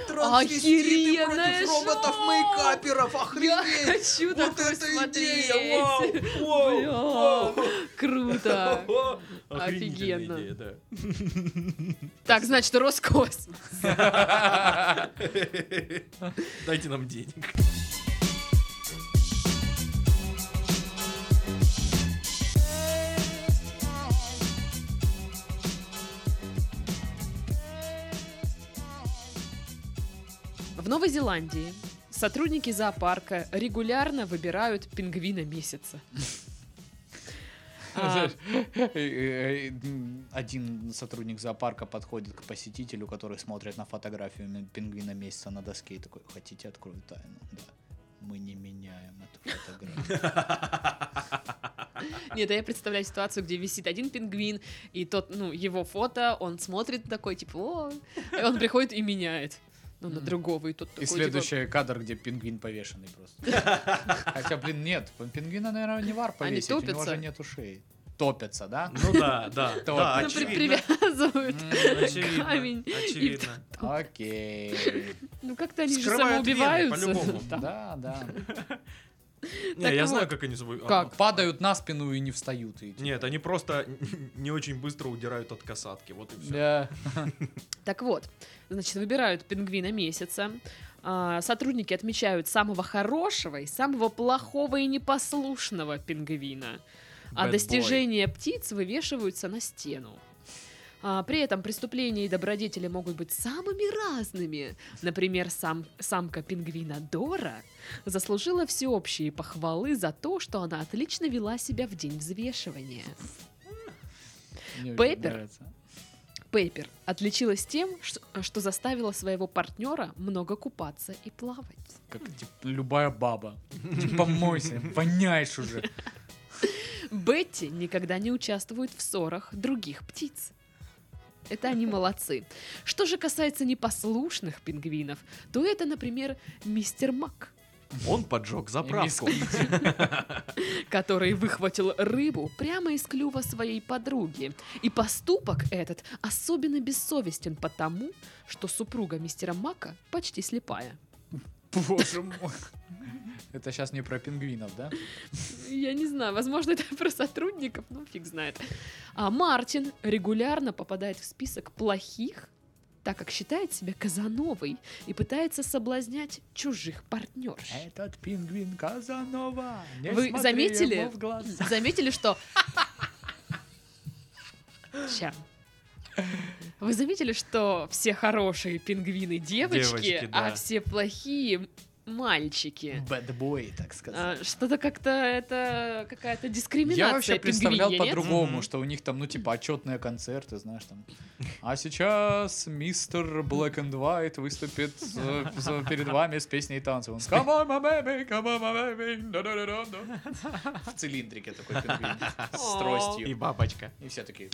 [SPEAKER 5] Трансвеститы Охеренное против шоу!
[SPEAKER 4] роботов-мейкаперов,
[SPEAKER 5] Я хочу такое смотреть. Бля, Круто. Офигенно.
[SPEAKER 7] идея, да.
[SPEAKER 5] Так, значит, Роскосмос.
[SPEAKER 7] Дайте нам денег.
[SPEAKER 5] В Новой Зеландии сотрудники зоопарка регулярно выбирают пингвина месяца.
[SPEAKER 4] Ну,
[SPEAKER 5] А,
[SPEAKER 4] Э, э, м, Один сотрудник зоопарка подходит к посетителю, который смотрит на фотографию ми- пингвина месяца на доске и такой, хотите, открою тайну? Да. Мы не меняем эту фотографию.
[SPEAKER 5] Нет, а я представляю ситуацию, где висит один пингвин, и тот, ну, его фото, он смотрит такой, типа, о, и он приходит и меняет. Ну, на
[SPEAKER 4] Мгм.
[SPEAKER 5] другого, и тот такой,
[SPEAKER 4] И
[SPEAKER 5] типа,
[SPEAKER 4] следующий кадр, где пингвин повешенный просто. Хотя, блин, нет, пингвина, наверное, не вар повесить, у него
[SPEAKER 5] топятся?
[SPEAKER 4] же нет ушей. Топятся, да?
[SPEAKER 7] Ну да, да,
[SPEAKER 4] Кто?
[SPEAKER 7] да,
[SPEAKER 5] ну, при-
[SPEAKER 7] очевидно.
[SPEAKER 5] привязывают.
[SPEAKER 4] М,
[SPEAKER 7] Очевидно,
[SPEAKER 5] камень и
[SPEAKER 7] очевидно.
[SPEAKER 4] Окей.
[SPEAKER 5] Ну, как-то они же
[SPEAKER 7] Вскрывают вены,
[SPEAKER 5] самоубиваются.
[SPEAKER 7] по-любому.
[SPEAKER 5] Да.
[SPEAKER 4] Да, да.
[SPEAKER 7] Не,
[SPEAKER 5] Так
[SPEAKER 7] я
[SPEAKER 5] вот.
[SPEAKER 7] знаю, как они зовут. А, ну,
[SPEAKER 5] Как?
[SPEAKER 4] Падают на спину и не встают. и типа,
[SPEAKER 7] Нет, они просто не очень быстро удирают от касатки. Вот и все.
[SPEAKER 4] Да.
[SPEAKER 5] Так вот, значит, выбирают пингвина месяца. А, Сотрудники отмечают самого хорошего и самого плохого и непослушного пингвина. а
[SPEAKER 4] Bad boy.
[SPEAKER 5] достижения птиц вывешиваются на стену. А, при этом преступления и добродетели могут быть самыми разными. Например, сам, самка пингвина Дора заслужила всеобщие похвалы за то, что она отлично вела себя в день взвешивания.
[SPEAKER 4] Мне
[SPEAKER 5] Пеппер?
[SPEAKER 4] нравится.
[SPEAKER 5] Пеппер отличилась тем, ш- что, заставила своего партнера много купаться и плавать.
[SPEAKER 4] Как типа, любая баба. Типа, Помойся, воняешь уже.
[SPEAKER 5] Бетти никогда не участвует в ссорах других птиц. Это они молодцы. Что же касается непослушных пингвинов, то это, например, мистер Мак.
[SPEAKER 7] Он поджег заправку.
[SPEAKER 5] который выхватил рыбу прямо из клюва своей подруги. И поступок этот особенно бессовестен потому, что супруга мистера Мака почти слепая.
[SPEAKER 4] Боже мой. Это сейчас не про пингвинов, да?
[SPEAKER 5] Я не знаю, возможно, это про сотрудников, но фиг знает. А Мартин регулярно попадает в список плохих, так как считает себя Казановой и пытается соблазнять чужих партнерш.
[SPEAKER 4] Этот пингвин Казанова. не
[SPEAKER 5] Вы
[SPEAKER 4] смотри
[SPEAKER 5] заметили?
[SPEAKER 4] ему в глаза.
[SPEAKER 5] Заметили, что... Ща. Вы заметили, что все хорошие пингвины девочки,
[SPEAKER 7] Девочки,
[SPEAKER 5] а
[SPEAKER 7] да.
[SPEAKER 5] все плохие мальчики?
[SPEAKER 4] Бэтбой, так сказать.
[SPEAKER 5] А, Что-то как-то это какая-то дискриминация.
[SPEAKER 4] Я вообще представлял
[SPEAKER 5] пингвинья, нет?
[SPEAKER 4] по-другому,
[SPEAKER 7] Мгм.
[SPEAKER 4] что у них там, ну, типа, отчетные концерты, знаешь, там. А сейчас мистер Black and White выступит э, с- перед вами с песней и танцем. Он «Come on, my baby, come on, my baby, да-да-да-да». В цилиндрике такой пингвин с
[SPEAKER 7] И
[SPEAKER 4] тростью.
[SPEAKER 7] бабочка.
[SPEAKER 4] И все такие.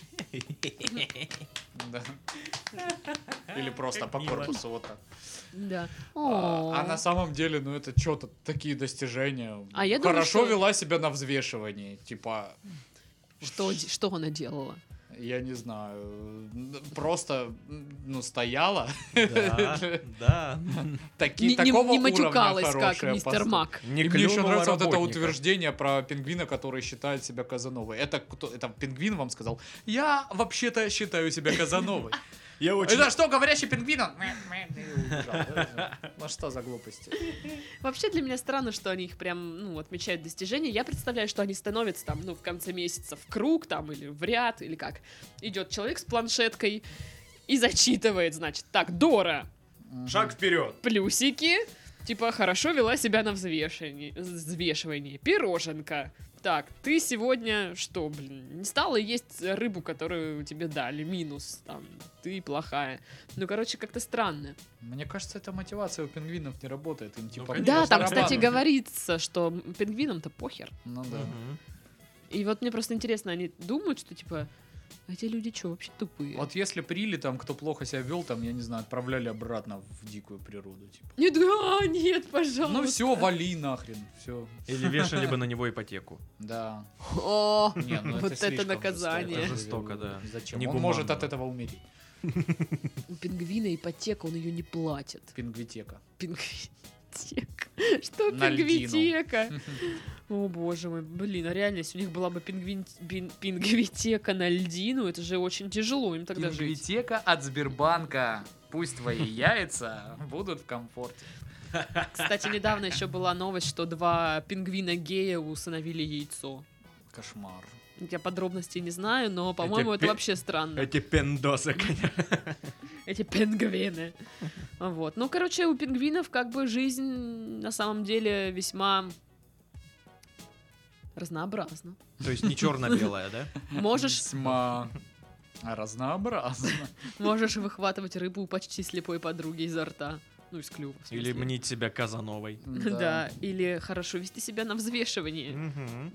[SPEAKER 4] Да. Или просто по корпусу вот так.
[SPEAKER 5] Да.
[SPEAKER 4] А а
[SPEAKER 5] О.
[SPEAKER 4] на самом деле, ну это что-то такие достижения.
[SPEAKER 5] А я думаю,
[SPEAKER 4] Хорошо
[SPEAKER 5] что-
[SPEAKER 4] вела себя на взвешивании, типа,
[SPEAKER 5] Что, де- что она делала?
[SPEAKER 4] я не знаю, н- просто м, ну стояла.
[SPEAKER 7] Да, да.
[SPEAKER 4] Таки,
[SPEAKER 5] Не, не-
[SPEAKER 4] такого
[SPEAKER 5] не
[SPEAKER 4] уровня
[SPEAKER 5] матюкалась, как
[SPEAKER 4] хорошая
[SPEAKER 5] мистер
[SPEAKER 4] поступка.
[SPEAKER 5] Мак.
[SPEAKER 7] Не
[SPEAKER 4] И мне еще
[SPEAKER 7] клюнула
[SPEAKER 4] нравится вот это
[SPEAKER 7] работника.
[SPEAKER 4] утверждение про пингвина, который считает себя Казановой. Это кто? Это пингвин вам сказал? Я вообще-то считаю себя Казановой.
[SPEAKER 7] Я очень...
[SPEAKER 4] Это что, говорящий пингвин? Он мя- мя- и убежал. Ну что за глупости?
[SPEAKER 5] Вообще для меня странно, что они их прям, ну, отмечают достижения. Я представляю, что они становятся там, ну, в конце месяца в круг там или в ряд, или как. Идет человек с планшеткой и зачитывает, значит, так, Дора,
[SPEAKER 3] Шаг вперед.
[SPEAKER 5] плюсики, типа, хорошо вела себя на взвешивании, взвешивании. пироженка. Так, ты сегодня что, блин, не стала есть рыбу, которую тебе дали, минус, там, ты плохая. Ну, короче, как-то странно.
[SPEAKER 4] Мне кажется, эта мотивация у пингвинов не работает. Им типа.
[SPEAKER 7] конечно,
[SPEAKER 5] Ну, Да, там, кстати,
[SPEAKER 7] зарабатывают.
[SPEAKER 5] говорится, что пингвинам-то похер.
[SPEAKER 4] Ну да.
[SPEAKER 7] Мгм.
[SPEAKER 5] И вот мне просто интересно, они думают, что типа, эти люди что, вообще тупые?
[SPEAKER 4] Вот если прили там, кто плохо себя вел, там, я не знаю, отправляли обратно в дикую природу, типа.
[SPEAKER 5] Нет, а, нет, пожалуйста.
[SPEAKER 4] Ну все, вали нахрен, все.
[SPEAKER 7] Или вешали бы на него ипотеку.
[SPEAKER 4] Да.
[SPEAKER 5] О,
[SPEAKER 4] Не, ну
[SPEAKER 5] Вот это
[SPEAKER 4] слишком
[SPEAKER 5] наказание.
[SPEAKER 4] жестоко.
[SPEAKER 7] Это жестоко, да.
[SPEAKER 4] Зачем? Он
[SPEAKER 7] Негуманно.
[SPEAKER 4] может от этого умереть.
[SPEAKER 5] у пингвина ипотека, он ее не платит.
[SPEAKER 4] Пингвитека.
[SPEAKER 5] Пингвитека. Что
[SPEAKER 4] На
[SPEAKER 5] пингвитека? О боже мой, блин, а реально, если у них была бы пингвин... пин- пингвитека на льдину, это же очень тяжело им тогда жить.
[SPEAKER 4] Пингвитека от Сбербанка. Пусть твои яйца будут в комфорте.
[SPEAKER 5] Кстати, недавно еще была новость, что два пингвина гея усыновили яйцо.
[SPEAKER 4] Кошмар.
[SPEAKER 5] Я подробностей не знаю, но, по-моему, это
[SPEAKER 7] пи-
[SPEAKER 5] вообще странно.
[SPEAKER 7] Эти пендосы, конечно.
[SPEAKER 5] Эти пингвины. Вот. Ну, короче, у пингвинов как бы жизнь на самом деле весьма разнообразна.
[SPEAKER 7] То есть не черно-белая, да?
[SPEAKER 5] Можешь,
[SPEAKER 4] Весьма разнообразно.
[SPEAKER 5] можешь выхватывать рыбу у почти слепой подруги изо рта. Ну, из клюва. в смысле.
[SPEAKER 7] Или мнить себя Казановой.
[SPEAKER 5] Да, или хорошо вести себя на взвешивании.
[SPEAKER 7] Мгм.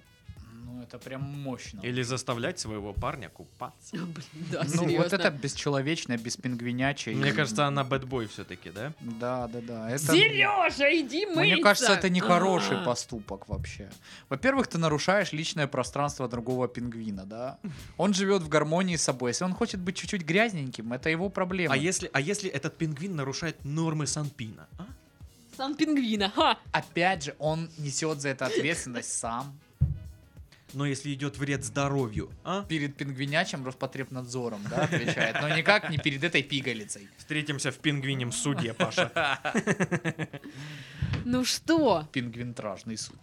[SPEAKER 4] Ну это прям мощно.
[SPEAKER 7] Или заставлять своего парня купаться.
[SPEAKER 5] Блин, да,
[SPEAKER 4] Ну вот
[SPEAKER 5] серьезно.
[SPEAKER 4] это бесчеловечно, без пингвинячей.
[SPEAKER 7] Мне кажется, она бэтбой все-таки, да?
[SPEAKER 4] Да, да, да. Это...
[SPEAKER 5] Сережа, иди мыться!
[SPEAKER 4] Мне кажется, это нехороший
[SPEAKER 5] А.
[SPEAKER 4] поступок вообще. Во-первых, ты нарушаешь личное пространство другого пингвина, да? Он живет в гармонии с собой. Если он хочет быть чуть-чуть грязненьким, это его проблема.
[SPEAKER 7] А если, а если этот пингвин нарушает нормы Санпина? а?
[SPEAKER 5] Сан пингвина, ха!
[SPEAKER 4] Опять же, он несет за это ответственность сам.
[SPEAKER 7] Но если идет вред здоровью, а?
[SPEAKER 4] Перед пингвинячим Роспотребнадзором, да, отвечает. Но никак не перед этой пигалицей.
[SPEAKER 7] Встретимся в пингвинем суде, Паша.
[SPEAKER 5] Ну что,
[SPEAKER 4] Пингвинтражный суд.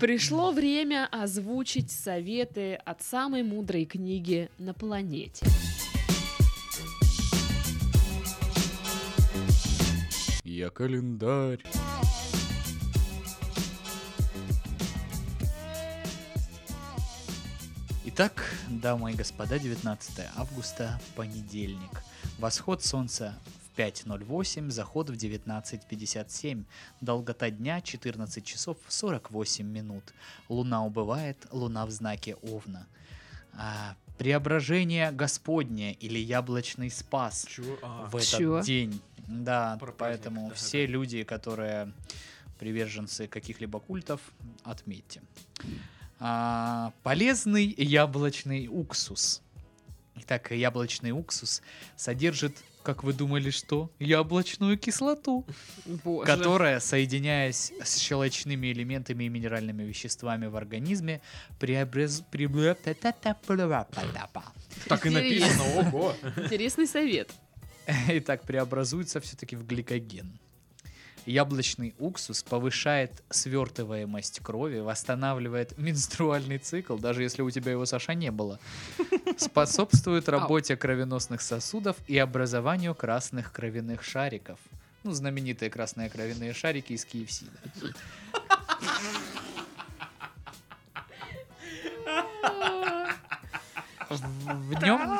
[SPEAKER 5] пришло время озвучить советы от самой мудрой книги на планете.
[SPEAKER 4] Я календарь. Итак, дамы и господа, 19 августа, понедельник. Восход солнца в 5.08, заход в 19.57. Долгота дня 14 часов 48 минут. Луна убывает, луна в знаке Овна. А, преображение Господне или яблочный спас
[SPEAKER 7] Чё? А.
[SPEAKER 4] в этот
[SPEAKER 5] Чё?
[SPEAKER 4] день Да,
[SPEAKER 7] Про праздник,
[SPEAKER 4] поэтому
[SPEAKER 7] да,
[SPEAKER 4] все люди, которые приверженцы каких-либо культов, отметьте. А, полезный яблочный уксус. Итак, яблочный уксус содержит, как вы думали, что? Яблочную кислоту
[SPEAKER 5] Боже.
[SPEAKER 4] которая, соединяясь с щелочными элементами и минеральными веществами в организме, преобраз... преб- та-та-та-пра-па-та-па.
[SPEAKER 7] Так и написано, ого.
[SPEAKER 5] Интересный совет.
[SPEAKER 4] Итак, преобразуется все-таки в гликоген. Яблочный уксус повышает свертываемость крови, восстанавливает менструальный цикл, даже если у тебя его, Саша, не было. Способствует работе кровеносных сосудов и образованию красных кровяных шариков. Ну, знаменитые красные кровяные шарики из KFC. да. В в нем...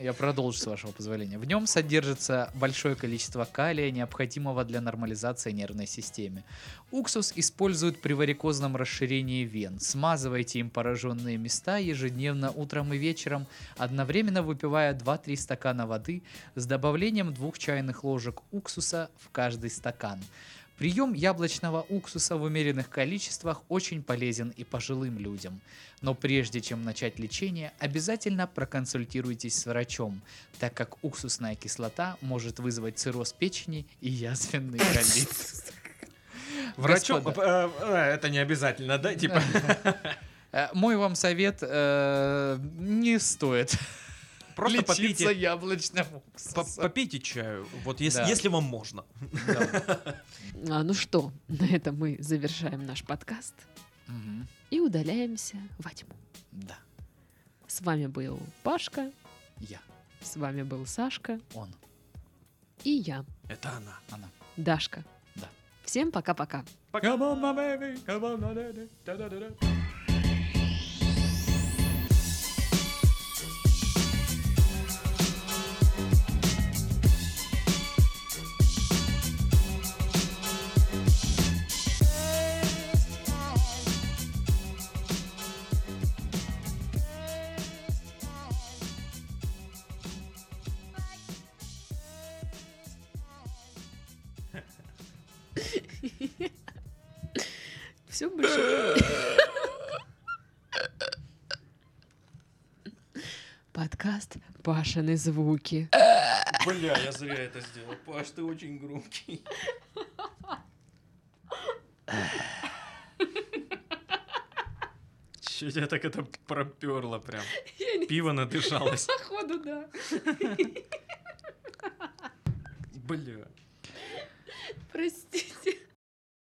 [SPEAKER 4] Я продолжу, с вашего позволения. В нем содержится большое количество калия, необходимого для нормализации нервной системы. Уксус используют при варикозном расширении вен. Смазывайте им пораженные места ежедневно утром и вечером, одновременно выпивая 2-3 стакана воды с добавлением 2 чайных ложек уксуса в каждый стакан. Прием яблочного уксуса в умеренных количествах очень полезен и пожилым людям. Но прежде чем начать лечение, обязательно проконсультируйтесь с врачом, так как уксусная кислота может вызвать цирроз печени и язвенный колит.
[SPEAKER 7] Врачом...
[SPEAKER 4] Господа.
[SPEAKER 7] э, э, Это не обязательно, да? Типа,
[SPEAKER 4] Э, Мой вам совет э, не стоит
[SPEAKER 9] Просто
[SPEAKER 4] лечиться
[SPEAKER 9] попейте,
[SPEAKER 4] яблочным
[SPEAKER 9] по-
[SPEAKER 4] уксусом.
[SPEAKER 9] попейте чаю, вот если,
[SPEAKER 4] Да.
[SPEAKER 9] если вам можно.
[SPEAKER 4] Да.
[SPEAKER 5] А, ну что, на этом мы завершаем наш подкаст
[SPEAKER 4] Мгм.
[SPEAKER 5] и удаляемся во тьму.
[SPEAKER 4] Да,
[SPEAKER 5] С вами был Пашка,
[SPEAKER 4] я,
[SPEAKER 5] с вами был Сашка
[SPEAKER 4] он.
[SPEAKER 5] и я,
[SPEAKER 9] Это она.
[SPEAKER 5] Дашка.
[SPEAKER 4] Да.
[SPEAKER 5] Всем пока-пока. Все больше. Подкаст Пашины звуки.
[SPEAKER 9] Бля, я зря это сделал. Паш, ты очень громкий.
[SPEAKER 7] Чё тебя так это проперло прям?
[SPEAKER 5] Я не
[SPEAKER 7] Пиво надышалось.
[SPEAKER 5] походу, да.
[SPEAKER 7] Бля.
[SPEAKER 5] Простите.